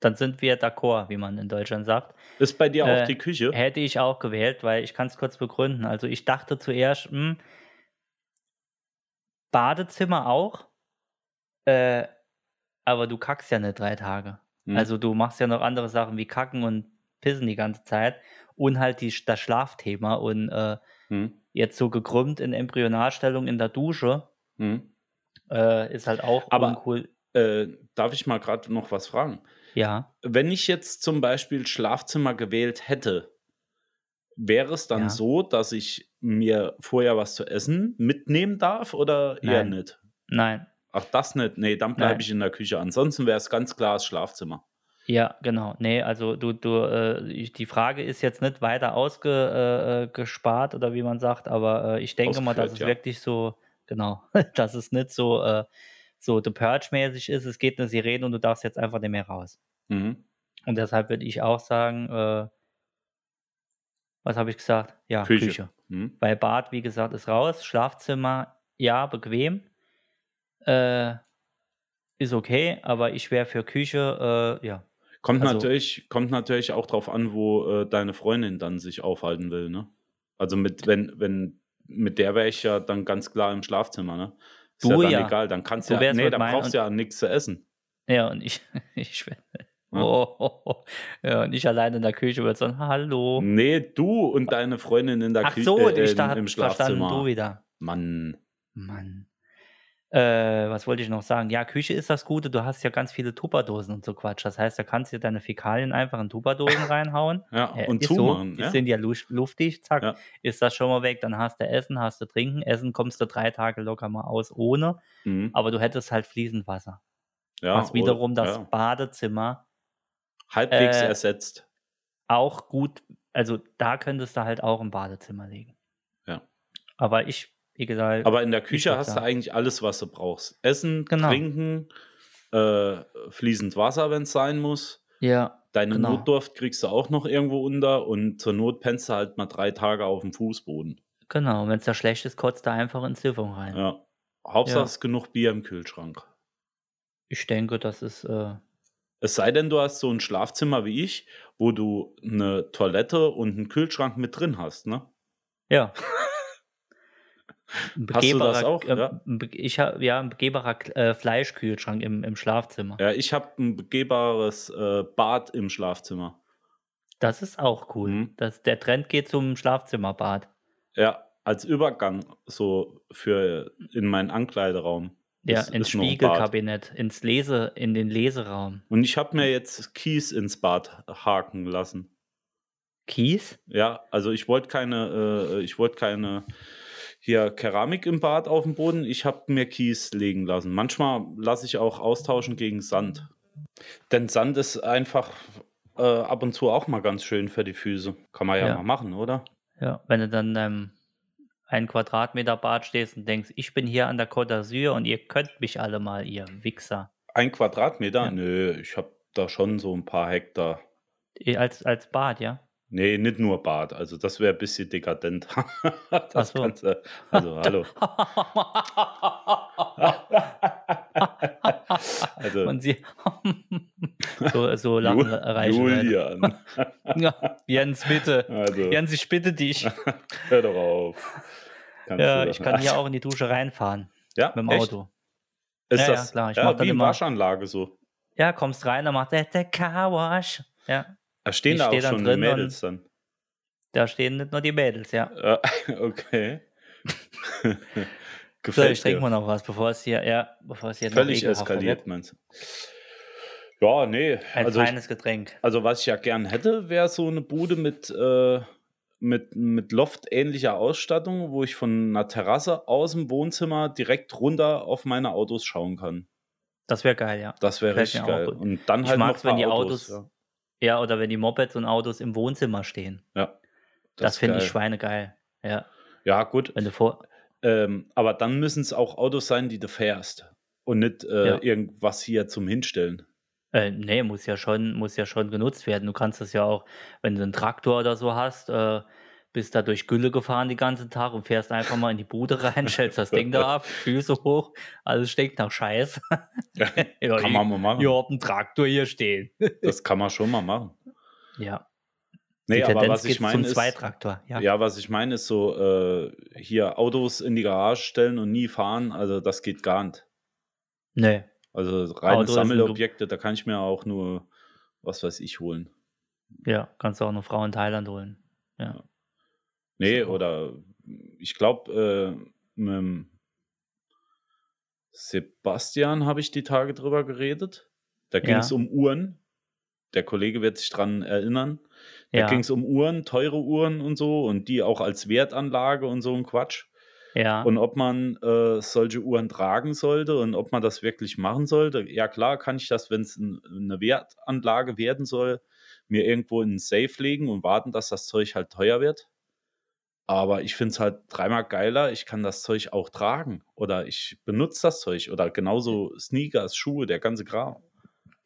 [SPEAKER 4] Dann sind wir d'accord, wie man in Deutschland sagt.
[SPEAKER 3] Ist bei dir
[SPEAKER 4] Äh,
[SPEAKER 3] auch die Küche?
[SPEAKER 4] Hätte ich auch gewählt, weil ich kann es kurz begründen. Also ich dachte zuerst, hm, Badezimmer auch, äh, aber du kackst ja nicht drei Tage.
[SPEAKER 3] Hm.
[SPEAKER 4] Also du machst ja noch andere Sachen wie kacken und pissen die ganze Zeit und halt die, das Schlafthema und äh,
[SPEAKER 3] Hm,
[SPEAKER 4] jetzt so gekrümmt in Embryonalstellung in der Dusche
[SPEAKER 3] hm.
[SPEAKER 4] äh, ist halt auch
[SPEAKER 3] Aber-
[SPEAKER 4] uncool.
[SPEAKER 3] Äh, darf ich mal gerade noch was fragen?
[SPEAKER 4] Ja.
[SPEAKER 3] Wenn ich jetzt zum Beispiel Schlafzimmer gewählt hätte, wäre es dann
[SPEAKER 4] Ja.
[SPEAKER 3] so, dass ich mir vorher was zu essen mitnehmen darf oder eher
[SPEAKER 4] Nein.
[SPEAKER 3] nicht?
[SPEAKER 4] Nein.
[SPEAKER 3] Ach, das nicht. Nee, dann bleibe
[SPEAKER 4] Nein.
[SPEAKER 3] ich in der Küche. Ansonsten wäre es ganz klar das Schlafzimmer.
[SPEAKER 4] Ja, genau. Nee, also du, du, äh, ich- die Frage ist jetzt nicht weiter ausgespart äh, äh, gespart oder wie man sagt, aber äh, ich denke mal, dass
[SPEAKER 3] Ausgeführt,
[SPEAKER 4] es
[SPEAKER 3] ja.
[SPEAKER 4] wirklich so, genau, dass es nicht so, äh, so The Purge-mäßig ist, es geht eine Sirene und du darfst jetzt einfach nicht mehr raus.
[SPEAKER 3] Mhm.
[SPEAKER 4] Und deshalb würde ich auch sagen, äh, was habe ich gesagt? Ja,
[SPEAKER 3] Küche.
[SPEAKER 4] Küche.
[SPEAKER 3] Mhm.
[SPEAKER 4] Weil Bad, wie gesagt, ist raus, Schlafzimmer, ja, bequem, äh, ist okay, aber ich wäre für Küche, äh, ja.
[SPEAKER 3] Kommt,
[SPEAKER 4] Also-
[SPEAKER 3] natürlich, kommt natürlich auch drauf an, wo äh, deine Freundin dann sich aufhalten will, ne? Also mit, wenn, wenn, mit der wäre ich ja dann ganz klar im Schlafzimmer, ne? Ist
[SPEAKER 4] Du
[SPEAKER 3] ja dann
[SPEAKER 4] ja.
[SPEAKER 3] egal, dann kannst
[SPEAKER 4] Du
[SPEAKER 3] du ja,
[SPEAKER 4] wärst
[SPEAKER 3] nee,
[SPEAKER 4] mit
[SPEAKER 3] dann
[SPEAKER 4] meinen
[SPEAKER 3] brauchst
[SPEAKER 4] und-
[SPEAKER 3] du ja nichts zu essen.
[SPEAKER 4] Ja, und ich, ich wär-
[SPEAKER 3] Ja.
[SPEAKER 4] Oh, oh, oh. Ja, und ich allein in der Küche würde sagen, hallo.
[SPEAKER 3] Nee, du und deine Freundin in der
[SPEAKER 4] Oh. Ach
[SPEAKER 3] Küche
[SPEAKER 4] so,
[SPEAKER 3] äh,
[SPEAKER 4] ich dachte, verstanden
[SPEAKER 3] im Schlafzimmer.
[SPEAKER 4] du wieder.
[SPEAKER 3] Mann.
[SPEAKER 4] Mann. Äh, was wollte ich noch sagen? Ja, Küche ist das Gute, du hast ja ganz viele Tupperdosen und so Quatsch. Das heißt, da kannst du deine Fäkalien einfach in Tupperdosen reinhauen.
[SPEAKER 3] Ja,
[SPEAKER 4] Ja,
[SPEAKER 3] und
[SPEAKER 4] Äh, ist
[SPEAKER 3] zumachen.
[SPEAKER 4] So,
[SPEAKER 3] ja?
[SPEAKER 4] Die sind ja lu- luftig, zack,
[SPEAKER 3] Ja.
[SPEAKER 4] ist das schon mal weg. Dann hast du Essen, hast du Trinken. Essen kommst du drei Tage locker mal aus ohne,
[SPEAKER 3] Mhm.
[SPEAKER 4] aber du hättest halt fließend Wasser.
[SPEAKER 3] ja,
[SPEAKER 4] was wiederum
[SPEAKER 3] oder-
[SPEAKER 4] das
[SPEAKER 3] ja.
[SPEAKER 4] Badezimmer
[SPEAKER 3] halbwegs
[SPEAKER 4] äh,
[SPEAKER 3] ersetzt.
[SPEAKER 4] auch gut, also da könntest du halt auch im Badezimmer liegen.
[SPEAKER 3] Ja.
[SPEAKER 4] Aber ich, wie gesagt,
[SPEAKER 3] Aber in der
[SPEAKER 4] würd
[SPEAKER 3] Küche hast du
[SPEAKER 4] sagen.
[SPEAKER 3] eigentlich alles, was du brauchst. Essen,
[SPEAKER 4] Genau.
[SPEAKER 3] trinken, äh, fließend Wasser, wenn es sein muss.
[SPEAKER 4] ja,
[SPEAKER 3] Deine
[SPEAKER 4] Genau.
[SPEAKER 3] Notdurft kriegst du auch noch irgendwo unter und zur Not pennst du halt mal drei Tage auf dem Fußboden.
[SPEAKER 4] genau, wenn es da schlecht ist, kotzt da einfach in Ziffern rein.
[SPEAKER 3] Ja. Hauptsache
[SPEAKER 4] Ja.
[SPEAKER 3] es ist genug Bier im Kühlschrank.
[SPEAKER 4] Ich denke, das ist, äh,
[SPEAKER 3] Es sei denn, du hast so ein Schlafzimmer wie ich, wo du eine Toilette und einen Kühlschrank mit drin hast, ne?
[SPEAKER 4] ja. Ein
[SPEAKER 3] Hast du das
[SPEAKER 4] begehbarer-
[SPEAKER 3] auch?
[SPEAKER 4] äh,
[SPEAKER 3] Ja.
[SPEAKER 4] ein Be- Ich habe ja ein begehbarer K- äh, Fleischkühlschrank im, im Schlafzimmer.
[SPEAKER 3] Ja, ich habe ein begehbares äh, Bad im Schlafzimmer.
[SPEAKER 4] Das ist auch cool.
[SPEAKER 3] Mhm.
[SPEAKER 4] Das, der Trend geht zum Schlafzimmerbad.
[SPEAKER 3] Ja, als Übergang so für in meinen Ankleideraum.
[SPEAKER 4] Ja,
[SPEAKER 3] Ist-
[SPEAKER 4] ins
[SPEAKER 3] ist noch ein
[SPEAKER 4] Spiegelkabinett, ins Lese, in den Leseraum.
[SPEAKER 3] Und ich habe mir jetzt Kies ins Bad haken lassen.
[SPEAKER 4] Kies?
[SPEAKER 3] Ja, also ich wollte keine, äh, ich wollte keine hier Keramik im Bad auf dem Boden. Ich habe mir Kies legen lassen. Manchmal lasse ich auch austauschen gegen Sand. Denn Sand ist einfach äh, ab und zu auch mal ganz schön für die Füße. Kann man ja,
[SPEAKER 4] Ja.
[SPEAKER 3] mal machen, oder?
[SPEAKER 4] Ja, wenn du dann in einem einen Quadratmeter Bad stehst und denkst, ich bin hier an der Côte d'Azur und ihr könnt mich alle mal, ihr Wichser.
[SPEAKER 3] Ein Quadratmeter?
[SPEAKER 4] Ja.
[SPEAKER 3] Nö, ich habe da schon so ein paar Hektar.
[SPEAKER 4] Eh, Als, als Bad, ja?
[SPEAKER 3] Nee, nicht nur Bad. Also das wäre ein bisschen dekadent.
[SPEAKER 4] Ach
[SPEAKER 3] das
[SPEAKER 4] so.
[SPEAKER 3] Ganze. Also hallo. Also,
[SPEAKER 4] Und sie. so, so lachen
[SPEAKER 3] Jul-
[SPEAKER 4] reiche Leute.
[SPEAKER 3] Julian.
[SPEAKER 4] Ja, Jens, bitte.
[SPEAKER 3] Also,
[SPEAKER 4] Jens, ich bitte dich.
[SPEAKER 3] hör doch auf. Kannst
[SPEAKER 4] Ja,
[SPEAKER 3] du-
[SPEAKER 4] ich kann hier auch in die Dusche reinfahren
[SPEAKER 3] ja,
[SPEAKER 4] mit dem
[SPEAKER 3] echt?
[SPEAKER 4] Auto.
[SPEAKER 3] Ist
[SPEAKER 4] Ja, ja,
[SPEAKER 3] das
[SPEAKER 4] klar, ich
[SPEAKER 3] ja,
[SPEAKER 4] mach dann
[SPEAKER 3] wie eine
[SPEAKER 4] immer-
[SPEAKER 3] Waschanlage so.
[SPEAKER 4] Ja, kommst rein, dann macht der, der Car Wash. Ja,
[SPEAKER 3] Da stehen
[SPEAKER 4] Ich
[SPEAKER 3] da auch
[SPEAKER 4] steh dann
[SPEAKER 3] schon die
[SPEAKER 4] drin
[SPEAKER 3] Mädels dann.
[SPEAKER 4] da stehen nicht nur die Mädels, ja.
[SPEAKER 3] Ja, okay.
[SPEAKER 4] So,
[SPEAKER 3] Gefällt
[SPEAKER 4] ich trinke
[SPEAKER 3] dir.
[SPEAKER 4] mal noch was, bevor es hier, ja, bevor es hier noch
[SPEAKER 3] Völlig
[SPEAKER 4] ekelhafter
[SPEAKER 3] eskaliert,
[SPEAKER 4] wird.
[SPEAKER 3] meinst du? Ja, nee.
[SPEAKER 4] Ein
[SPEAKER 3] also ich
[SPEAKER 4] feines Getränk.
[SPEAKER 3] Also, was ich ja gern hätte, wäre so eine Bude mit, äh, mit, mit Loft-ähnlicher Ausstattung, wo ich von einer Terrasse aus dem Wohnzimmer direkt runter auf meine Autos schauen kann.
[SPEAKER 4] Das wäre geil, ja.
[SPEAKER 3] Das wäre
[SPEAKER 4] Gefällt mir
[SPEAKER 3] richtig
[SPEAKER 4] auch
[SPEAKER 3] geil.
[SPEAKER 4] gut.
[SPEAKER 3] Und dann
[SPEAKER 4] Ich
[SPEAKER 3] halt
[SPEAKER 4] mag's,
[SPEAKER 3] noch ein
[SPEAKER 4] wenn die
[SPEAKER 3] paar
[SPEAKER 4] Autos- Ja, oder wenn die Mopeds und Autos im Wohnzimmer stehen.
[SPEAKER 3] Ja. ja
[SPEAKER 4] Das, finde
[SPEAKER 3] ist
[SPEAKER 4] ich
[SPEAKER 3] geil.
[SPEAKER 4] schweinegeil. Ja,
[SPEAKER 3] Ja, gut.
[SPEAKER 4] wenn du vor.
[SPEAKER 3] Ähm, aber dann müssen es auch Autos sein, die du fährst und nicht äh,
[SPEAKER 4] Ja.
[SPEAKER 3] irgendwas hier zum Hinstellen.
[SPEAKER 4] Äh, nee, muss ja, schon, muss ja schon genutzt werden. Du kannst das ja auch, wenn du einen Traktor oder so hast, äh, bist da durch Gülle gefahren den ganzen Tag und fährst einfach mal in die Bude rein, stellst das Ding da ab, Füße hoch, alles stinkt nach Scheiß.
[SPEAKER 3] Ja,
[SPEAKER 4] ja,
[SPEAKER 3] kann man mal machen.
[SPEAKER 4] Hier hab einen Traktor hier stehen.
[SPEAKER 3] Das kann man schon mal machen.
[SPEAKER 4] Ja,
[SPEAKER 3] Nee, aber
[SPEAKER 4] Tendenz
[SPEAKER 3] was ich
[SPEAKER 4] geht
[SPEAKER 3] meine
[SPEAKER 4] zum
[SPEAKER 3] ist,
[SPEAKER 4] Zweitraktor. Ja.
[SPEAKER 3] ja. was ich meine ist so äh, hier Autos in die Garage stellen und nie fahren. Also das geht gar nicht.
[SPEAKER 4] Nee,
[SPEAKER 3] Also reine
[SPEAKER 4] Auto ist ein
[SPEAKER 3] Sammelobjekte, da kann ich mir auch nur was weiß ich holen.
[SPEAKER 4] ja, kannst du auch eine Frau in Thailand holen. Ja.
[SPEAKER 3] Nee,
[SPEAKER 4] Super.
[SPEAKER 3] oder ich glaube, äh, mit dem Sebastian habe ich die Tage drüber geredet. Da ging es
[SPEAKER 4] Ja.
[SPEAKER 3] um Uhren. Der Kollege wird sich dran erinnern. Da
[SPEAKER 4] Ja,
[SPEAKER 3] ging es um Uhren, teure Uhren und so und die auch als Wertanlage und so ein Quatsch.
[SPEAKER 4] ja.
[SPEAKER 3] Und ob man äh, solche Uhren tragen sollte und ob man das wirklich machen sollte. Ja, klar, kann ich das, wenn es ein, eine Wertanlage werden soll, mir irgendwo in einen Safe legen und warten, dass das Zeug halt teuer wird. Aber ich finde es halt dreimal geiler, ich kann das Zeug auch tragen oder ich benutze das Zeug oder genauso Sneakers, Schuhe, der ganze Kram.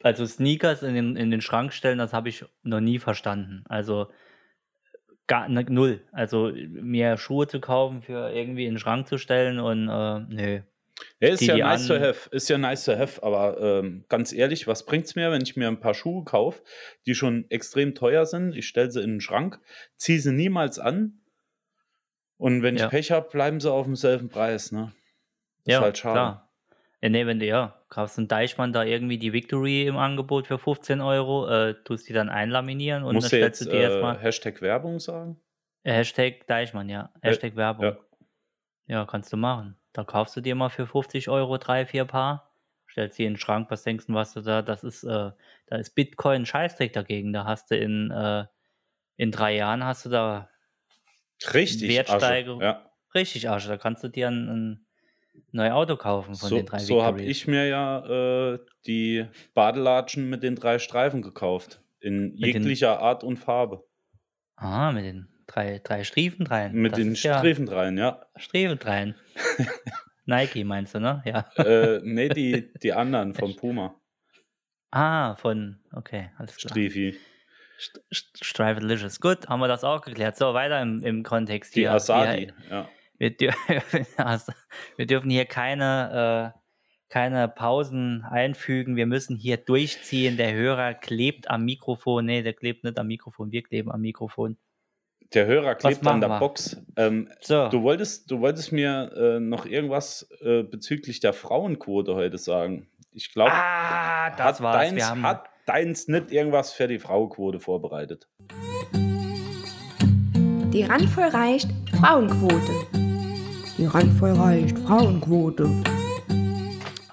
[SPEAKER 4] Also Sneakers in den, in den Schrank stellen, das habe ich noch nie verstanden. Also gar ne, null. Also mir Schuhe zu kaufen, für irgendwie in den Schrank zu stellen und äh, nö.
[SPEAKER 3] Ja, ist
[SPEAKER 4] Die
[SPEAKER 3] ja
[SPEAKER 4] die
[SPEAKER 3] nice to
[SPEAKER 4] an-
[SPEAKER 3] have, ist ja nice to have, aber ähm, ganz ehrlich, was bringt's mir, wenn ich mir ein paar Schuhe kaufe, die schon extrem teuer sind, ich stelle sie in den Schrank, ziehe sie niemals an und wenn
[SPEAKER 4] Ja.
[SPEAKER 3] ich Pech habe, bleiben sie auf demselben Preis, ne? Ist
[SPEAKER 4] Ja,
[SPEAKER 3] halt schade.
[SPEAKER 4] klar. Ja, nee, wenn du ja, kaufst einen Deichmann da irgendwie die Victory im Angebot für 15 Euro, äh, tust die dann einlaminieren und
[SPEAKER 3] Muss
[SPEAKER 4] dann
[SPEAKER 3] ja
[SPEAKER 4] stellst
[SPEAKER 3] jetzt
[SPEAKER 4] du die
[SPEAKER 3] äh,
[SPEAKER 4] erstmal
[SPEAKER 3] Hashtag Werbung sagen?
[SPEAKER 4] Äh, Hashtag Deichmann, ja.
[SPEAKER 3] Äh,
[SPEAKER 4] Hashtag Werbung.
[SPEAKER 3] ja.
[SPEAKER 4] Ja. kannst du machen. Da kaufst du dir mal für 50 Euro drei, vier Paar, stellst die in den Schrank, was denkst du, was du da, das ist, äh, da ist Bitcoin ein Scheißdreck dagegen. Da hast du in, äh, in drei Jahren hast du da
[SPEAKER 3] Richtig.
[SPEAKER 4] Wertsteigerung.
[SPEAKER 3] Asche. Ja.
[SPEAKER 4] richtig Arsch. Da kannst du dir ein, ein neues Auto kaufen von
[SPEAKER 3] So,
[SPEAKER 4] den drei
[SPEAKER 3] so habe
[SPEAKER 4] Victories.
[SPEAKER 3] ich mir ja äh, die Badelatschen mit den drei Streifen gekauft. In
[SPEAKER 4] Mit den-
[SPEAKER 3] jeglicher Art und Farbe.
[SPEAKER 4] Ah, mit den drei, drei Striefen dreien.
[SPEAKER 3] Mit
[SPEAKER 4] Das
[SPEAKER 3] den
[SPEAKER 4] ist ja-
[SPEAKER 3] Streifen rein, ja.
[SPEAKER 4] Striefen dreien. Nike meinst du, ne? Ja.
[SPEAKER 3] äh, nee, die, die anderen vom Puma.
[SPEAKER 4] Ah, von, okay, alles klar.
[SPEAKER 3] Striefi.
[SPEAKER 4] St- St- Strivelicious. Gut, haben wir das auch geklärt. So, weiter im, im Kontext
[SPEAKER 3] Die
[SPEAKER 4] hier.
[SPEAKER 3] Asadi. Ja.
[SPEAKER 4] Wir, wir, dür wir dürfen hier keine, äh, keine Pausen einfügen. Wir müssen hier durchziehen. Der Hörer klebt am Mikrofon. Nee, der klebt nicht am Mikrofon. Wir kleben am Mikrofon.
[SPEAKER 3] Der Hörer klebt
[SPEAKER 4] machen
[SPEAKER 3] an der
[SPEAKER 4] wir?
[SPEAKER 3] Box. Ähm,
[SPEAKER 4] So,
[SPEAKER 3] du, wolltest, du wolltest mir äh, noch irgendwas äh, bezüglich der Frauenquote heute sagen. Ich glaube,
[SPEAKER 4] ah, das
[SPEAKER 3] hat,
[SPEAKER 4] war's.
[SPEAKER 3] deins,
[SPEAKER 4] Wir haben,
[SPEAKER 3] hat deins nicht irgendwas für die Frauenquote vorbereitet.
[SPEAKER 1] Die randvoll reicht Frauenquote. Die randvoll reicht Frauenquote.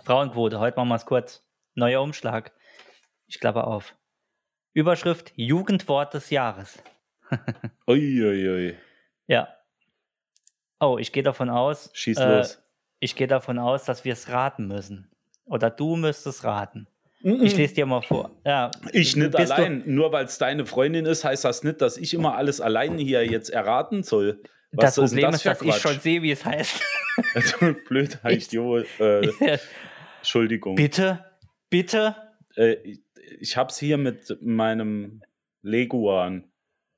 [SPEAKER 4] Frauenquote, heute machen wir es kurz. Neuer Umschlag. Ich klappe auf. Überschrift Jugendwort des Jahres.
[SPEAKER 3] Uiuiui.
[SPEAKER 4] Ja. Oh, ich gehe davon aus.
[SPEAKER 3] Schieß
[SPEAKER 4] äh,
[SPEAKER 3] los.
[SPEAKER 4] Ich gehe davon aus, dass wir es raten müssen. Oder du müsstest raten. Ich lese dir mal vor. Ja,
[SPEAKER 3] Mm, Hm. Ich nicht
[SPEAKER 4] bist
[SPEAKER 3] allein. Nur weil es deine Freundin ist, heißt das nicht, dass ich immer alles alleine hier jetzt erraten soll.
[SPEAKER 4] Du, das
[SPEAKER 3] Was ist denn
[SPEAKER 4] Problem
[SPEAKER 3] das
[SPEAKER 4] ist, dass
[SPEAKER 3] für
[SPEAKER 4] ich schon sehe, wie es heißt.
[SPEAKER 3] schon. Blöd, Idiot. Äh, Entschuldigung.
[SPEAKER 4] bitte, bitte.
[SPEAKER 3] Äh, ich- ich hab's hier mit meinem Leguan,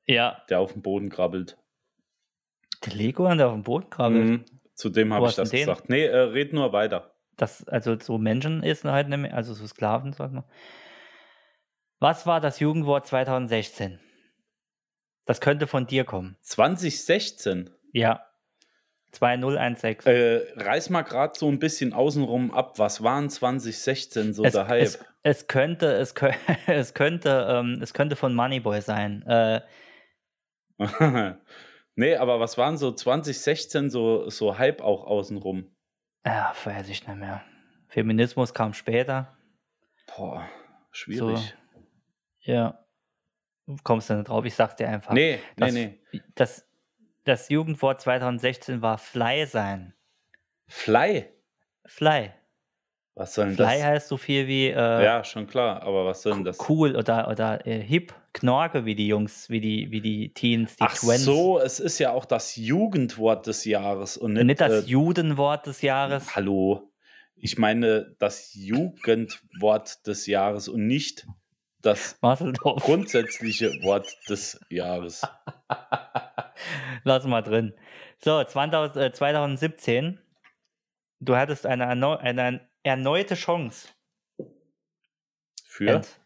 [SPEAKER 4] Ja,
[SPEAKER 3] der auf dem Boden krabbelt.
[SPEAKER 4] der Lego hat auf dem Boden krabbelt.
[SPEAKER 3] Mhm. Zudem
[SPEAKER 4] Wo
[SPEAKER 3] habe ich
[SPEAKER 4] hast du
[SPEAKER 3] das
[SPEAKER 4] den?
[SPEAKER 3] gesagt. Nee, äh, red nur weiter.
[SPEAKER 4] Das, also so Menschen ist halt nämlich, also so Sklaven, sag mal. Was war das Jugendwort 2016? Das könnte von dir kommen.
[SPEAKER 3] 2016.
[SPEAKER 4] Ja. 2016.
[SPEAKER 3] Äh, reiß mal gerade so ein bisschen außenrum ab. Was waren 2016 so
[SPEAKER 4] es,
[SPEAKER 3] der Hype?
[SPEAKER 4] es, es könnte, es, kö es könnte, ähm, es könnte von Moneyboy sein. Äh,
[SPEAKER 3] nee, aber was waren so 2016 so, so Hype auch außenrum?
[SPEAKER 4] ja, weiß ich nicht mehr. Feminismus kam später.
[SPEAKER 3] Boah, schwierig.
[SPEAKER 4] Ja. Kommst du nicht drauf? Ich sag's dir einfach.
[SPEAKER 3] Nee, nee,
[SPEAKER 4] das,
[SPEAKER 3] nee.
[SPEAKER 4] Das, das Jugendwort 2016 war Fly sein.
[SPEAKER 3] Fly.
[SPEAKER 4] Fly.
[SPEAKER 3] Was soll denn
[SPEAKER 4] Fly
[SPEAKER 3] das?
[SPEAKER 4] heißt so viel wie äh,
[SPEAKER 3] Ja, schon klar, aber was soll denn das?
[SPEAKER 4] cool oder, oder äh, hip. Knorke wie die Jungs, wie die, wie die Teens, die
[SPEAKER 3] Ach so, es ist ja auch das Jugendwort des Jahres und nicht,
[SPEAKER 4] Nicht das
[SPEAKER 3] äh,
[SPEAKER 4] Judenwort des Jahres.
[SPEAKER 3] Hallo. Ich meine das Jugendwort des Jahres und nicht das
[SPEAKER 4] Marcel Dorf.
[SPEAKER 3] grundsätzliche Wort des Jahres.
[SPEAKER 4] Lass mal drin. So, 2000, äh, 2017. Du hattest eine, erneu eine erneute Chance,
[SPEAKER 3] Für?
[SPEAKER 4] Jens,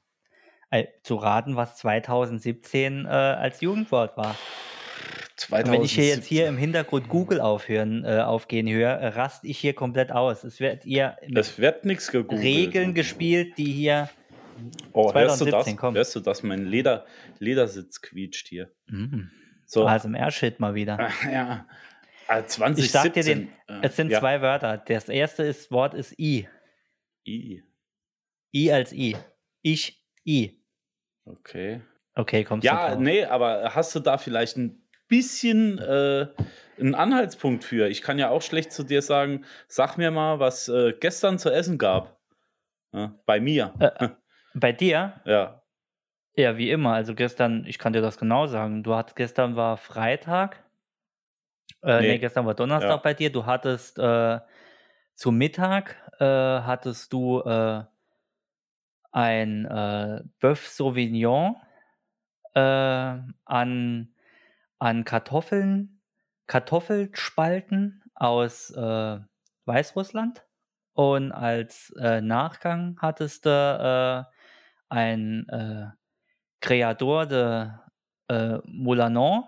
[SPEAKER 4] äh, zu raten, was 2017 äh, als Jugendwort war. Und wenn ich hier jetzt hier im Hintergrund Google aufhören, äh, aufgehen höre, äh, rast ich hier komplett aus. Es wird ihr mit
[SPEAKER 3] Es wird nichts gegoogelt.
[SPEAKER 4] Regeln gespielt, die hier.
[SPEAKER 3] Oh, hörst du
[SPEAKER 4] 2017,
[SPEAKER 3] das?
[SPEAKER 4] komm.
[SPEAKER 3] Hörst du das? Mein Leder, Ledersitz quietscht hier.
[SPEAKER 4] Mm,
[SPEAKER 3] So.
[SPEAKER 4] ASMR-Shit mal wieder.
[SPEAKER 3] ja. Ah, 2017.
[SPEAKER 4] Ich sag dir den,
[SPEAKER 3] Äh,
[SPEAKER 4] es sind
[SPEAKER 3] ja.
[SPEAKER 4] zwei Wörter. Das erste ist, Wort ist I.
[SPEAKER 3] I.
[SPEAKER 4] I als I. Ich, I.
[SPEAKER 3] Okay.
[SPEAKER 4] Okay, kommst du
[SPEAKER 3] Ja,
[SPEAKER 4] drauf.
[SPEAKER 3] nee, aber hast du da vielleicht ein bisschen äh, einen Anhaltspunkt für? Ich kann ja auch schlecht zu dir sagen, sag mir mal, was äh, gestern zu essen gab. Ja, bei mir.
[SPEAKER 4] Bei dir?
[SPEAKER 3] Ja.
[SPEAKER 4] Ja, wie immer. Also gestern, ich kann dir das genau sagen. Du hattest gestern war Freitag. Äh, nee.
[SPEAKER 3] Nee.
[SPEAKER 4] gestern war Donnerstag
[SPEAKER 3] Ja.
[SPEAKER 4] bei dir. Du hattest äh, zu Mittag äh, hattest du äh, ein äh, Bœuf Sauvignon äh, an, an Kartoffeln, Kartoffelspalten aus äh, Weißrussland. Und als äh, Nachgang hattest du äh, ein äh, Creador de äh, Moulanon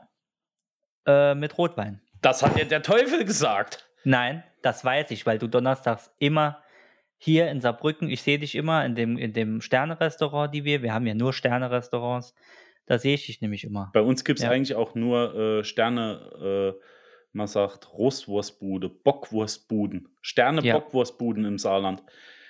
[SPEAKER 4] äh, mit Rotwein.
[SPEAKER 3] Das hat ja der Teufel gesagt.
[SPEAKER 4] Nein, das weiß ich, weil du donnerstags immer hier in Saarbrücken, ich sehe dich immer in dem, in dem Sterne-Restaurant, die wir, wir haben ja nur Sterne-Restaurants, da sehe ich dich nämlich immer.
[SPEAKER 3] Bei uns gibt es
[SPEAKER 4] Ja.
[SPEAKER 3] eigentlich auch nur äh, Sterne, äh, man sagt Rostwurstbude, Bockwurstbuden,
[SPEAKER 4] Ja. Oh,
[SPEAKER 3] Sterne-Bockwurstbuden im Saarland.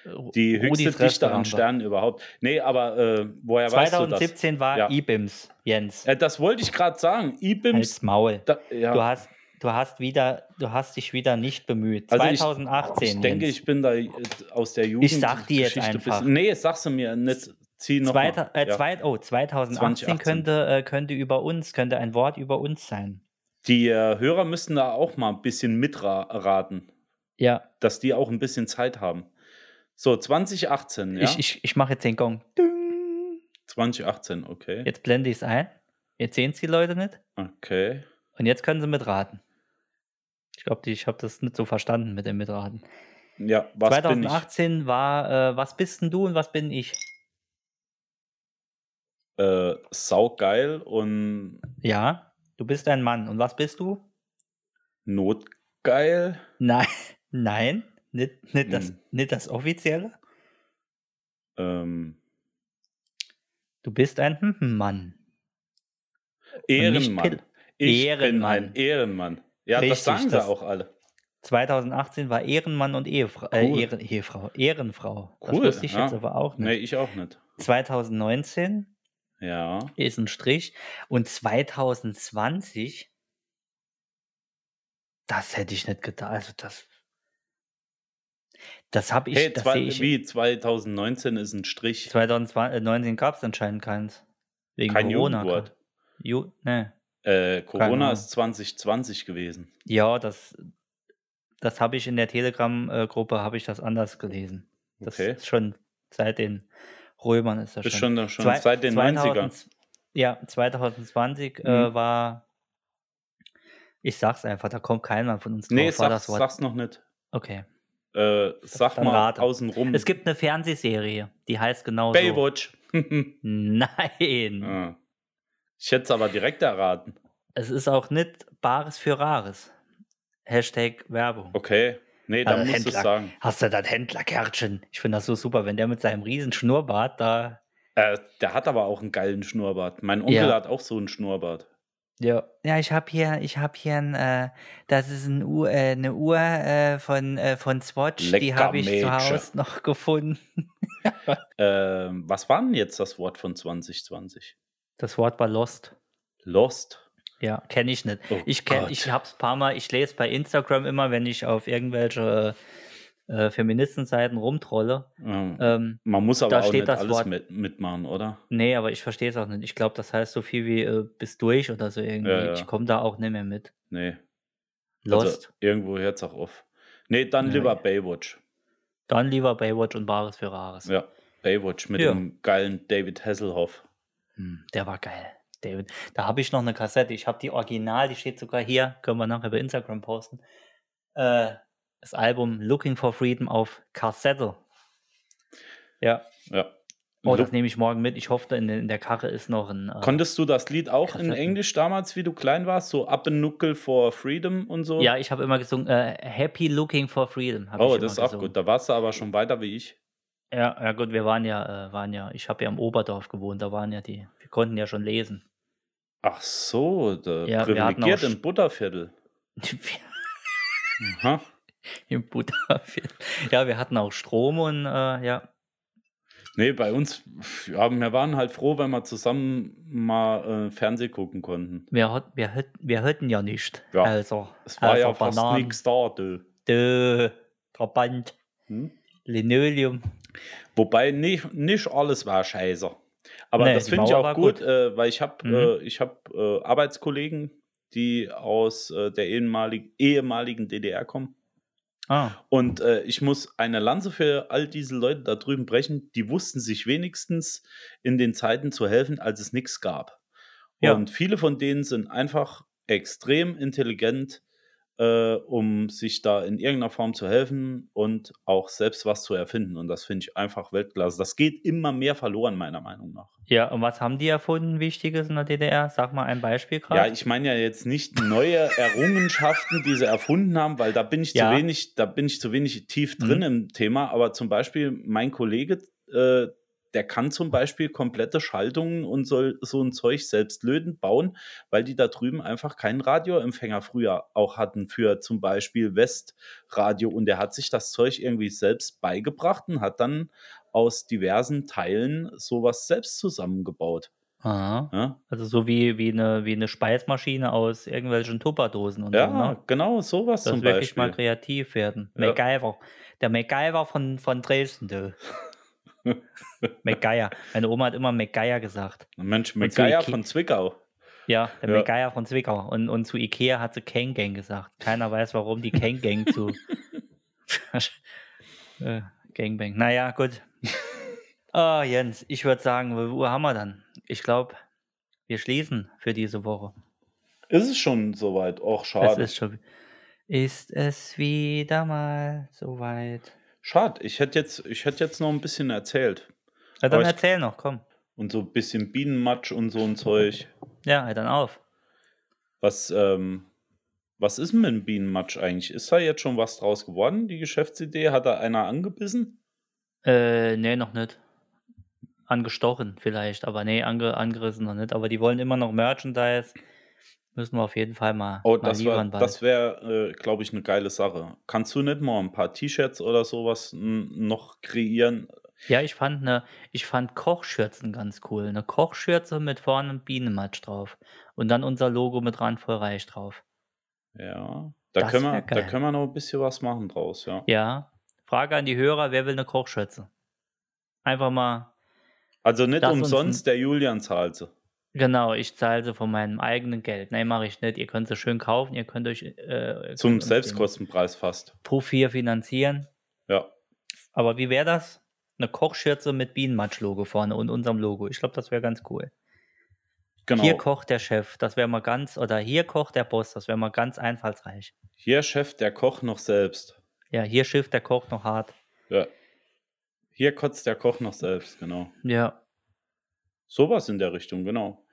[SPEAKER 3] Äh, Die höchste
[SPEAKER 4] Rudis
[SPEAKER 3] Dichte an
[SPEAKER 4] Restaurant.
[SPEAKER 3] Sternen überhaupt. Nee, aber äh, woher weißt du
[SPEAKER 4] 2017 war
[SPEAKER 3] Ja.
[SPEAKER 4] IBIMS, Jens.
[SPEAKER 3] das? Äh, das wollte ich gerade sagen.
[SPEAKER 4] Halt's
[SPEAKER 3] IBIMS.
[SPEAKER 4] Maul.
[SPEAKER 3] Da, ja.
[SPEAKER 4] Du hast, du hast wieder, du hast dich wieder nicht bemüht.
[SPEAKER 3] Also ich-
[SPEAKER 4] 2018.
[SPEAKER 3] Ich denke,
[SPEAKER 4] Jens.
[SPEAKER 3] ich bin da äh, aus der Jugend.
[SPEAKER 4] Ich sag dir jetzt
[SPEAKER 3] Geschichte
[SPEAKER 4] einfach.
[SPEAKER 3] nee, sagst du mir nicht. Zieh noch
[SPEAKER 4] Zweiter,
[SPEAKER 3] mal.
[SPEAKER 4] äh,
[SPEAKER 3] Ja.
[SPEAKER 4] zweit, oh, 2018,
[SPEAKER 3] 2018.
[SPEAKER 4] Könnte, äh, könnte über uns, könnte ein Wort über uns sein.
[SPEAKER 3] Die äh, Hörer müssen da auch mal ein bisschen mitraten,
[SPEAKER 4] Ja,
[SPEAKER 3] dass die auch ein bisschen Zeit haben. So, 2018, ja?
[SPEAKER 4] ich, ich, ich mache jetzt den Gong. Ding.
[SPEAKER 3] 2018, okay.
[SPEAKER 4] Jetzt blende ich es ein. Jetzt sehen es die Leute nicht.
[SPEAKER 3] Okay.
[SPEAKER 4] Und jetzt können sie mitraten. Ich glaube, ich habe das nicht so verstanden mit dem Mitraten.
[SPEAKER 3] Ja, was bin ich?
[SPEAKER 4] 2018 war, äh, was bist denn du und was bin ich?
[SPEAKER 3] Äh, saugeil und
[SPEAKER 4] Ja, du bist ein Mann. Und was bist du?
[SPEAKER 3] notgeil.
[SPEAKER 4] Nein, nein, nicht, nicht, das,
[SPEAKER 3] Hm.
[SPEAKER 4] nicht das Offizielle.
[SPEAKER 3] Ähm,
[SPEAKER 4] Du bist ein hm, Mann.
[SPEAKER 3] Ehrenmann.
[SPEAKER 4] Pil-
[SPEAKER 3] Ich
[SPEAKER 4] Ehrenmann.
[SPEAKER 3] bin ein Ehrenmann. Ja,
[SPEAKER 4] Richtig,
[SPEAKER 3] das sagen sie
[SPEAKER 4] das-
[SPEAKER 3] auch alle.
[SPEAKER 4] 2018 war Ehrenmann und Ehefrau. Äh,
[SPEAKER 3] Cool.
[SPEAKER 4] Ehren, Ehefrau. Ehrenfrau. Das
[SPEAKER 3] Cool,
[SPEAKER 4] wusste ich jetzt
[SPEAKER 3] ja.
[SPEAKER 4] aber auch
[SPEAKER 3] Nee,
[SPEAKER 4] nicht.
[SPEAKER 3] ich auch nicht.
[SPEAKER 4] 2019
[SPEAKER 3] Ja.
[SPEAKER 4] ist ein Strich. Und 2020, das hätte ich nicht gedacht. Also das, das habe ich,
[SPEAKER 3] hey,
[SPEAKER 4] das
[SPEAKER 3] zwei,
[SPEAKER 4] sehe ich.
[SPEAKER 3] wie 2019 ist ein Strich.
[SPEAKER 4] 2019 gab es anscheinend keins. Wegen
[SPEAKER 3] Kein
[SPEAKER 4] Corona.
[SPEAKER 3] Jugendwort.
[SPEAKER 4] Ju, ne.
[SPEAKER 3] Äh,
[SPEAKER 4] Keine
[SPEAKER 3] Corona
[SPEAKER 4] Ahnung.
[SPEAKER 3] ist 2020 gewesen.
[SPEAKER 4] Ja, das, das habe ich in der Telegram-Gruppe, habe ich das anders gelesen. Das
[SPEAKER 3] Okay.
[SPEAKER 4] ist schon seit den Römern ist das
[SPEAKER 3] Ist
[SPEAKER 4] schon.
[SPEAKER 3] schon, schon
[SPEAKER 4] Zwei-
[SPEAKER 3] seit den 90ern.
[SPEAKER 4] 2000 Ja, 2020 äh,
[SPEAKER 3] Mhm.
[SPEAKER 4] war. Ich sag's einfach, da kommt keiner von uns drauf.
[SPEAKER 3] Nee,
[SPEAKER 4] war
[SPEAKER 3] sag,
[SPEAKER 4] das Wort.
[SPEAKER 3] sag's noch nicht.
[SPEAKER 4] Okay.
[SPEAKER 3] Äh, sag
[SPEAKER 4] Dann
[SPEAKER 3] mal
[SPEAKER 4] rate.
[SPEAKER 3] außenrum.
[SPEAKER 4] Es gibt eine Fernsehserie, die heißt genau so. Mhm.
[SPEAKER 3] Baywatch.
[SPEAKER 4] Nein.
[SPEAKER 3] Ah. ich hätte es aber direkt erraten.
[SPEAKER 4] Es ist auch nicht Bares für Rares. Hashtag Werbung.
[SPEAKER 3] Okay. Nee, dann
[SPEAKER 4] Also
[SPEAKER 3] musst du es
[SPEAKER 4] Händler.
[SPEAKER 3] sagen.
[SPEAKER 4] Hast du das Händlerkärtchen? Ich finde das so super, wenn der mit seinem riesen Schnurrbart da.
[SPEAKER 3] Äh, der hat aber auch einen geilen Schnurrbart. Mein Onkel
[SPEAKER 4] Ja.
[SPEAKER 3] hat auch so einen Schnurrbart.
[SPEAKER 4] Ja. Ja, ich habe hier, ich habe hier ein, äh, das ist ein Uhr, äh, eine Uhr äh, von, äh, von Swatch, die
[SPEAKER 3] Lecker
[SPEAKER 4] habe ich zu
[SPEAKER 3] Mädchen.
[SPEAKER 4] Hause noch gefunden.
[SPEAKER 3] Ähm, was war denn jetzt das Wort von 2020?
[SPEAKER 4] Das Wort war Lost.
[SPEAKER 3] Lost.
[SPEAKER 4] Ja, kenne ich nicht.
[SPEAKER 3] Oh
[SPEAKER 4] ich kenne,
[SPEAKER 3] Gott.
[SPEAKER 4] ich hab's paar Mal, ich lese bei Instagram immer, wenn ich auf irgendwelche äh, Feministenseiten rumtrolle.
[SPEAKER 3] Ja.
[SPEAKER 4] Ähm,
[SPEAKER 3] Man muss aber
[SPEAKER 4] da
[SPEAKER 3] auch
[SPEAKER 4] steht
[SPEAKER 3] nicht
[SPEAKER 4] das
[SPEAKER 3] alles
[SPEAKER 4] Wort-
[SPEAKER 3] mit, mitmachen, oder?
[SPEAKER 4] nee, aber ich verstehe es auch nicht. Ich glaube, das heißt so viel wie äh, bis durch oder so irgendwie.
[SPEAKER 3] Ja, ja.
[SPEAKER 4] Ich komme da auch nicht mehr mit.
[SPEAKER 3] Nee.
[SPEAKER 4] Lost.
[SPEAKER 3] Also, irgendwo hört es auch auf. Nee, dann
[SPEAKER 4] Ja.
[SPEAKER 3] lieber Baywatch.
[SPEAKER 4] Dann lieber Baywatch und Bares für Rares.
[SPEAKER 3] Ja, Baywatch mit
[SPEAKER 4] Ja.
[SPEAKER 3] dem geilen David Hasselhoff.
[SPEAKER 4] Hm, der war geil. David. Da habe ich noch eine Kassette. Ich habe die Original, die steht sogar hier. Können wir nachher bei Instagram posten. Äh, das Album Looking for Freedom auf Kassette. Ja.
[SPEAKER 3] Ja.
[SPEAKER 4] Oh,
[SPEAKER 3] Lu-
[SPEAKER 4] das nehme ich morgen mit. Ich hoffe, in, in der Karre ist noch ein. Äh,
[SPEAKER 3] Konntest du das Lied auch in
[SPEAKER 4] Kassetten.
[SPEAKER 3] Englisch damals, wie du klein warst? So Up a Knuckle for Freedom und so?
[SPEAKER 4] Ja, ich habe immer gesungen, äh, Happy Looking for Freedom. hab
[SPEAKER 3] Oh,
[SPEAKER 4] ich
[SPEAKER 3] das ist
[SPEAKER 4] immer
[SPEAKER 3] auch gut. Da warst du aber schon weiter wie ich.
[SPEAKER 4] Ja, ja gut, wir waren ja, äh, waren ja, ich habe ja im Oberdorf gewohnt, da waren ja die, wir konnten ja schon lesen.
[SPEAKER 3] Ach so, der
[SPEAKER 4] Ja, wir hatten
[SPEAKER 3] privilegiert
[SPEAKER 4] auch
[SPEAKER 3] im Butterviertel. Aha.
[SPEAKER 4] Im Butterfield. Ja, wir hatten auch Strom und äh, ja.
[SPEAKER 3] Nee, bei uns, pf, ja, wir waren halt froh, wenn wir zusammen mal äh, Fernsehen gucken konnten.
[SPEAKER 4] Wir, hat, wir, hätt, wir hätten ja nicht.
[SPEAKER 3] Ja,
[SPEAKER 4] Also,
[SPEAKER 3] Es war
[SPEAKER 4] also
[SPEAKER 3] ja fast
[SPEAKER 4] Bananen,
[SPEAKER 3] nichts da, du.
[SPEAKER 4] Dö, Trabant,
[SPEAKER 3] Hm?
[SPEAKER 4] Linoleum.
[SPEAKER 3] Wobei nicht, nicht alles war scheiße. Aber
[SPEAKER 4] Nee,
[SPEAKER 3] das
[SPEAKER 4] die
[SPEAKER 3] finde ich
[SPEAKER 4] Mauer
[SPEAKER 3] auch
[SPEAKER 4] war
[SPEAKER 3] gut,
[SPEAKER 4] gut.
[SPEAKER 3] Äh, weil ich habe
[SPEAKER 4] Mhm.
[SPEAKER 3] äh, ich hab, äh, Arbeitskollegen, die aus äh, der ehemalig, ehemaligen DDR kommen.
[SPEAKER 4] Ah,
[SPEAKER 3] Und äh, ich muss eine Lanze für all diese Leute da drüben brechen. Die wussten sich wenigstens in den Zeiten zu helfen, als es nichts gab.
[SPEAKER 4] Ja.
[SPEAKER 3] Und viele von denen sind einfach extrem intelligent, äh, um sich da in irgendeiner Form zu helfen und auch selbst was zu erfinden. Und das finde ich einfach Weltklasse. Das geht immer mehr verloren, meiner Meinung nach.
[SPEAKER 4] ja, und was haben die erfunden, Wichtiges in der DDR? Sag mal ein Beispiel
[SPEAKER 3] Ja,
[SPEAKER 4] gerade.
[SPEAKER 3] ich meine ja jetzt nicht neue Errungenschaften, die sie erfunden haben, weil da bin ich
[SPEAKER 4] Ja.
[SPEAKER 3] zu wenig, da bin ich zu wenig tief drin
[SPEAKER 4] Mhm.
[SPEAKER 3] im Thema. Aber zum Beispiel mein Kollege, äh, der kann zum Beispiel komplette Schaltungen und soll so ein Zeug selbst löten bauen, weil die da drüben einfach keinen Radioempfänger früher auch hatten für zum Beispiel Westradio und der hat sich das Zeug irgendwie selbst beigebracht und hat dann aus diversen Teilen sowas selbst zusammengebaut.
[SPEAKER 4] Aha.
[SPEAKER 3] Ja,
[SPEAKER 4] Also so wie, wie, eine, wie eine Speismaschine aus irgendwelchen Tupperdosen und
[SPEAKER 3] ja
[SPEAKER 4] so, ne?
[SPEAKER 3] genau sowas
[SPEAKER 4] Dass
[SPEAKER 3] zum
[SPEAKER 4] wirklich
[SPEAKER 3] Beispiel.
[SPEAKER 4] mal kreativ werden.
[SPEAKER 3] Ja.
[SPEAKER 4] MacGyver. Der MacGyver von, von Dresden, du. MacGyver. Meine Oma hat immer MacGyver gesagt.
[SPEAKER 3] Mensch,
[SPEAKER 4] Und zu
[SPEAKER 3] McGuire
[SPEAKER 4] Ike-
[SPEAKER 3] von Zwickau.
[SPEAKER 4] Ja, der
[SPEAKER 3] Ja.
[SPEAKER 4] MacGyver von Zwickau. Und, und zu Ikea hat sie Kang Gang gesagt. Keiner weiß, warum die Kang Gang zu. äh, Gangbang. Naja, gut. Ah, Jens, ich würde sagen, wie viel Uhr haben wir dann? Ich glaube, wir schließen für diese Woche.
[SPEAKER 3] Ist es schon soweit? Och,
[SPEAKER 4] Es
[SPEAKER 3] schade.
[SPEAKER 4] ist schon. Ist es wieder mal soweit?
[SPEAKER 3] Schade, ich hätte jetzt, ich hätte jetzt noch ein bisschen erzählt.
[SPEAKER 4] Ja,
[SPEAKER 3] Aber
[SPEAKER 4] dann
[SPEAKER 3] ich-
[SPEAKER 4] erzähl noch, komm.
[SPEAKER 3] Und so ein bisschen Bienenmatsch und so ein Zeug.
[SPEAKER 4] Ja, halt dann auf.
[SPEAKER 3] Was, ähm, was ist denn mit dem Bienenmatsch eigentlich? Ist da jetzt schon was draus geworden? Die Geschäftsidee hat da einer angebissen?
[SPEAKER 4] Äh, nee, noch nicht. Angestochen vielleicht, aber nee, ange, angerissen noch nicht. Aber die wollen immer noch Merchandise. Müssen wir auf jeden Fall mal,
[SPEAKER 3] Oh,
[SPEAKER 4] mal
[SPEAKER 3] das, war,
[SPEAKER 4] liefern bald.
[SPEAKER 3] das wäre, äh, glaube ich, eine geile Sache. Kannst du nicht mal ein paar T-Shirts oder sowas n- noch kreieren?
[SPEAKER 4] Ja, ich fand ne, ich fand Kochschürzen ganz cool. Eine Kochschürze mit vorne einem Bienenmatsch drauf. Und dann unser Logo mit randvoll reich drauf.
[SPEAKER 3] Ja. Da
[SPEAKER 4] Das
[SPEAKER 3] können, wir,
[SPEAKER 4] wär
[SPEAKER 3] da
[SPEAKER 4] geil.
[SPEAKER 3] können wir noch ein bisschen was machen draus, ja.
[SPEAKER 4] Ja. Frage an die Hörer, wer will eine Kochschürze? Einfach mal.
[SPEAKER 3] Also nicht
[SPEAKER 4] Lass uns
[SPEAKER 3] umsonst, der Julian zahlt sie.
[SPEAKER 4] Genau, ich zahle sie von meinem eigenen Geld. Nee, mache ich nicht. Ihr könnt sie schön kaufen, ihr könnt euch äh,
[SPEAKER 3] Zum
[SPEAKER 4] könnt uns den
[SPEAKER 3] Selbstkostenpreis fast.
[SPEAKER 4] Puff hier finanzieren.
[SPEAKER 3] Ja.
[SPEAKER 4] Aber wie wäre das? Eine Kochschürze mit Bienenmatsch-Logo vorne und unserem Logo. Ich glaube, das wäre ganz cool.
[SPEAKER 3] Genau.
[SPEAKER 4] Hier
[SPEAKER 3] Hier,
[SPEAKER 4] kocht der Chef, das wäre mal ganz, oder hier kocht der Boss, das wäre mal ganz einfallsreich.
[SPEAKER 3] Chef, der Koch noch selbst.
[SPEAKER 4] Ja, hier Schiff, der kocht noch hart.
[SPEAKER 3] Ja. Hier kotzt der Koch noch selbst, genau.
[SPEAKER 4] Ja.
[SPEAKER 3] Sowas in der Richtung, genau.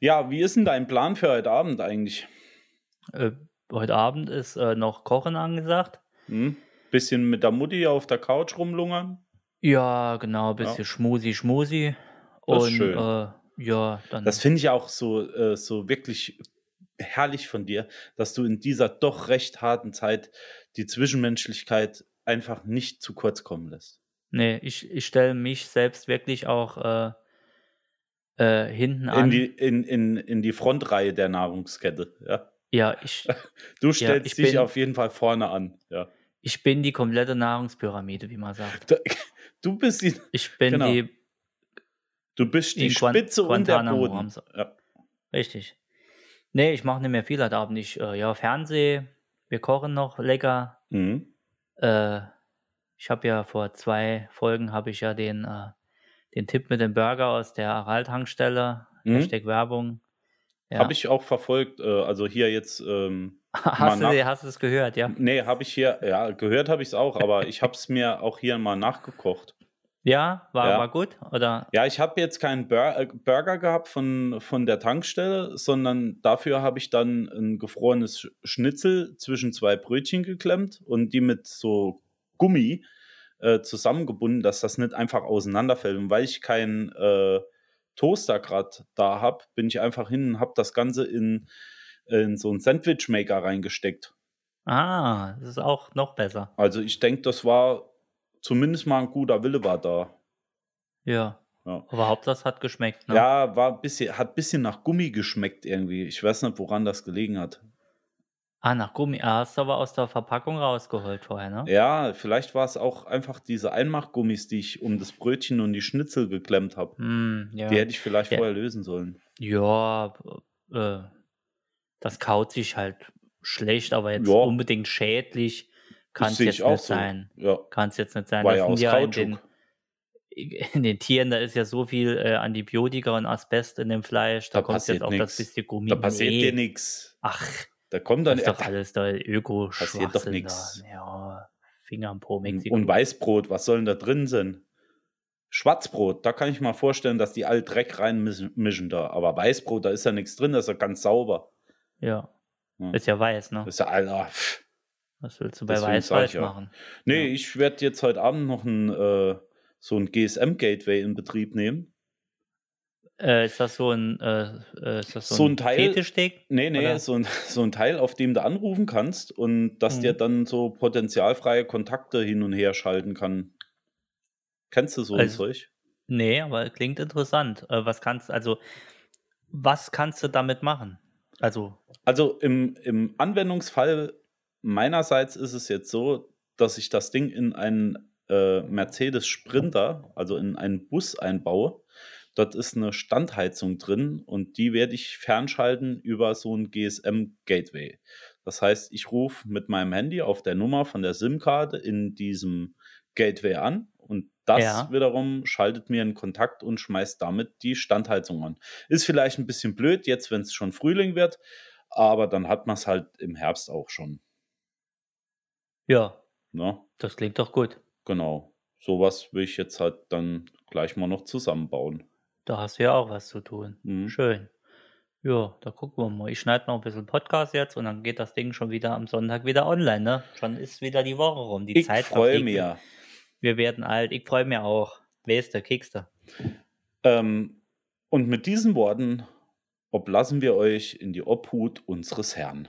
[SPEAKER 3] Ja, wie ist denn dein Plan für heute Abend eigentlich?
[SPEAKER 4] Äh, heute Abend ist äh, noch Kochen angesagt.
[SPEAKER 3] Hm? Bisschen mit der Mutti auf der Couch rumlungern?
[SPEAKER 4] Ja, genau, bisschen
[SPEAKER 3] Ja.
[SPEAKER 4] schmusi, schmusi.
[SPEAKER 3] Das ist
[SPEAKER 4] und
[SPEAKER 3] schön.
[SPEAKER 4] Äh, ja, dann.
[SPEAKER 3] Das finde ich auch so, äh, so wirklich herrlich von dir, dass du in dieser doch recht harten Zeit die Zwischenmenschlichkeit einfach nicht zu kurz kommen lässt.
[SPEAKER 4] nee, ich, ich stelle mich selbst wirklich auch äh, äh, hinten an.
[SPEAKER 3] In die, in, in, in die Frontreihe der Nahrungskette, ja.
[SPEAKER 4] ja, ich,
[SPEAKER 3] Du stellst
[SPEAKER 4] ich
[SPEAKER 3] dich
[SPEAKER 4] bin-
[SPEAKER 3] auf jeden Fall vorne an. Ja.
[SPEAKER 4] Ich bin die komplette Nahrungspyramide, wie man sagt.
[SPEAKER 3] Da- Du bist die,
[SPEAKER 4] Ich bin
[SPEAKER 3] Genau.
[SPEAKER 4] die
[SPEAKER 3] du bist die
[SPEAKER 4] In Guan-
[SPEAKER 3] Spitze und der
[SPEAKER 4] Guantanamo
[SPEAKER 3] Boden.
[SPEAKER 4] haben sie-
[SPEAKER 3] Ja.
[SPEAKER 4] Richtig. Nee, ich mache nicht mehr viel heute Abend. Ich, äh, ja, Fernseh, wir kochen noch lecker.
[SPEAKER 3] Mhm.
[SPEAKER 4] Äh, ich habe ja vor zwei Folgen habe ich ja den, äh, den Tipp mit dem Burger aus der Aral-Tankstelle.
[SPEAKER 3] Mhm.
[SPEAKER 4] Hashtag Werbung. Ja.
[SPEAKER 3] Habe ich auch verfolgt. äh, Also hier jetzt. Ähm,
[SPEAKER 4] hast,
[SPEAKER 3] mal
[SPEAKER 4] du, hast du es gehört, ja?
[SPEAKER 3] Nee, habe ich hier. Ja, gehört habe ich es auch, aber ich habe es mir auch hier mal nachgekocht.
[SPEAKER 4] Ja, war,
[SPEAKER 3] Ja.
[SPEAKER 4] war gut? Oder?
[SPEAKER 3] Ja, ich habe jetzt keinen Bur äh, Burger gehabt von, von der Tankstelle, sondern dafür habe ich dann ein gefrorenes Sch- Schnitzel zwischen zwei Brötchen geklemmt und die mit so Gummi äh, zusammengebunden, dass das nicht einfach auseinanderfällt. Und weil ich keinen äh, Toaster gerade da habe, bin ich einfach hin und habe das Ganze in, in so einen Sandwich-Maker reingesteckt.
[SPEAKER 4] Ah, das ist auch noch besser.
[SPEAKER 3] Also ich denke, das war zumindest mal ein guter Wille war da.
[SPEAKER 4] Ja.
[SPEAKER 3] Ja.
[SPEAKER 4] Aber Hauptsache es hat geschmeckt. Ne?
[SPEAKER 3] Ja, war ein bisschen, hat ein bisschen nach Gummi geschmeckt irgendwie. Ich weiß nicht, woran das gelegen hat.
[SPEAKER 4] Ah, nach Gummi. Ah, hast du aber aus der Verpackung rausgeholt vorher, ne?
[SPEAKER 3] Ja, vielleicht war es auch einfach diese Einmachgummis, die ich um das Brötchen und die Schnitzel geklemmt habe.
[SPEAKER 4] Hm, ja.
[SPEAKER 3] Die hätte ich vielleicht
[SPEAKER 4] Ja.
[SPEAKER 3] vorher lösen sollen.
[SPEAKER 4] Ja, äh, das kaut sich halt schlecht, aber jetzt
[SPEAKER 3] Ja.
[SPEAKER 4] unbedingt schädlich kann es
[SPEAKER 3] sehe
[SPEAKER 4] jetzt
[SPEAKER 3] ich
[SPEAKER 4] nicht sein.
[SPEAKER 3] Ja,
[SPEAKER 4] Kann es jetzt nicht sein.
[SPEAKER 3] war
[SPEAKER 4] Das
[SPEAKER 3] ja
[SPEAKER 4] sind
[SPEAKER 3] aus
[SPEAKER 4] ja in,
[SPEAKER 3] Kautschuk.
[SPEAKER 4] den, in den Tieren, da ist ja so viel äh, Antibiotika und Asbest in dem Fleisch, da,
[SPEAKER 3] Da
[SPEAKER 4] kommt jetzt
[SPEAKER 3] passiert
[SPEAKER 4] auch das
[SPEAKER 3] nix.
[SPEAKER 4] bisschen Gummi.
[SPEAKER 3] da passiert
[SPEAKER 4] nee.
[SPEAKER 3] dir nichts.
[SPEAKER 4] eh- Ach,
[SPEAKER 3] Da kommt
[SPEAKER 4] das
[SPEAKER 3] dann
[SPEAKER 4] ist doch
[SPEAKER 3] äh,
[SPEAKER 4] alles da öko
[SPEAKER 3] Passiert doch nix.
[SPEAKER 4] Ja, Finger am Po,
[SPEAKER 3] und,
[SPEAKER 4] Mexiko.
[SPEAKER 3] und Weißbrot, was sollen da drin sein? Schwarzbrot, da kann ich mal vorstellen, dass die all Dreck reinmischen da. Aber Weißbrot, da ist ja nichts drin, das ist ja ganz sauber.
[SPEAKER 4] ja.
[SPEAKER 3] Hm.
[SPEAKER 4] Ist ja weiß, ne?
[SPEAKER 3] Das ist ja aller. Pff.
[SPEAKER 4] Was willst du bei
[SPEAKER 3] Deswegen
[SPEAKER 4] Weiß
[SPEAKER 3] sag ich
[SPEAKER 4] falsch
[SPEAKER 3] ja.
[SPEAKER 4] machen?
[SPEAKER 3] Nee,
[SPEAKER 4] Ja.
[SPEAKER 3] ich werde jetzt heute Abend noch ein, äh, so ein GSM-Gateway in Betrieb nehmen.
[SPEAKER 4] Äh, ist das so ein, äh, äh, ist das so
[SPEAKER 3] So
[SPEAKER 4] ein,
[SPEAKER 3] ein Teil-
[SPEAKER 4] Fetischding?
[SPEAKER 3] Nee, nee,
[SPEAKER 4] Oder?
[SPEAKER 3] so ein, so ein Teil, auf dem du anrufen kannst und dass
[SPEAKER 4] Mhm.
[SPEAKER 3] dir dann so potenzialfreie Kontakte hin und her schalten kann. Kennst du so
[SPEAKER 4] Also-
[SPEAKER 3] ein Zeug?
[SPEAKER 4] Nee, aber klingt interessant. Äh, was kannst also was kannst du damit machen? Also
[SPEAKER 3] Also im, im Anwendungsfall meinerseits ist es jetzt so, dass ich das Ding in einen äh, Mercedes Sprinter, also in einen Bus einbaue. Dort ist eine Standheizung drin und die werde ich fernschalten über so ein GSM-Gateway. Das heißt, ich rufe mit meinem Handy auf der Nummer von der SIM-Karte in diesem Gateway an und das
[SPEAKER 4] Ja.
[SPEAKER 3] wiederum schaltet mir einen Kontakt und schmeißt damit die Standheizung an. Ist vielleicht ein bisschen blöd, jetzt wenn es schon Frühling wird, aber dann hat man es halt im Herbst auch schon.
[SPEAKER 4] ja,
[SPEAKER 3] Ne?
[SPEAKER 4] das klingt doch gut.
[SPEAKER 3] Genau. Sowas will ich jetzt halt dann gleich mal noch zusammenbauen.
[SPEAKER 4] Da hast du ja auch was zu tun.
[SPEAKER 3] Mhm.
[SPEAKER 4] Schön. Ja, da gucken wir mal. Ich schneide noch ein bisschen Podcast jetzt und dann geht das Ding schon wieder am Sonntag wieder online, ne? Schon ist wieder die Woche rum. Die
[SPEAKER 3] ich
[SPEAKER 4] Zeit
[SPEAKER 3] freue
[SPEAKER 4] verfliegt.
[SPEAKER 3] mich. ja.
[SPEAKER 4] Wir werden alt. Ich freue mich auch. Weißt du, kriegst du.
[SPEAKER 3] Ähm, und mit diesen Worten oblassen wir euch in die Obhut unseres Herrn.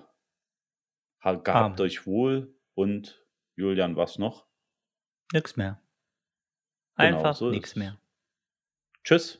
[SPEAKER 3] Ha- Gehabt
[SPEAKER 4] Amen.
[SPEAKER 3] euch wohl und Julian, was noch?
[SPEAKER 4] Nix mehr.
[SPEAKER 3] Genau,
[SPEAKER 4] Einfach
[SPEAKER 3] so ist
[SPEAKER 4] nichts
[SPEAKER 3] es.
[SPEAKER 4] mehr.
[SPEAKER 3] Tschüss,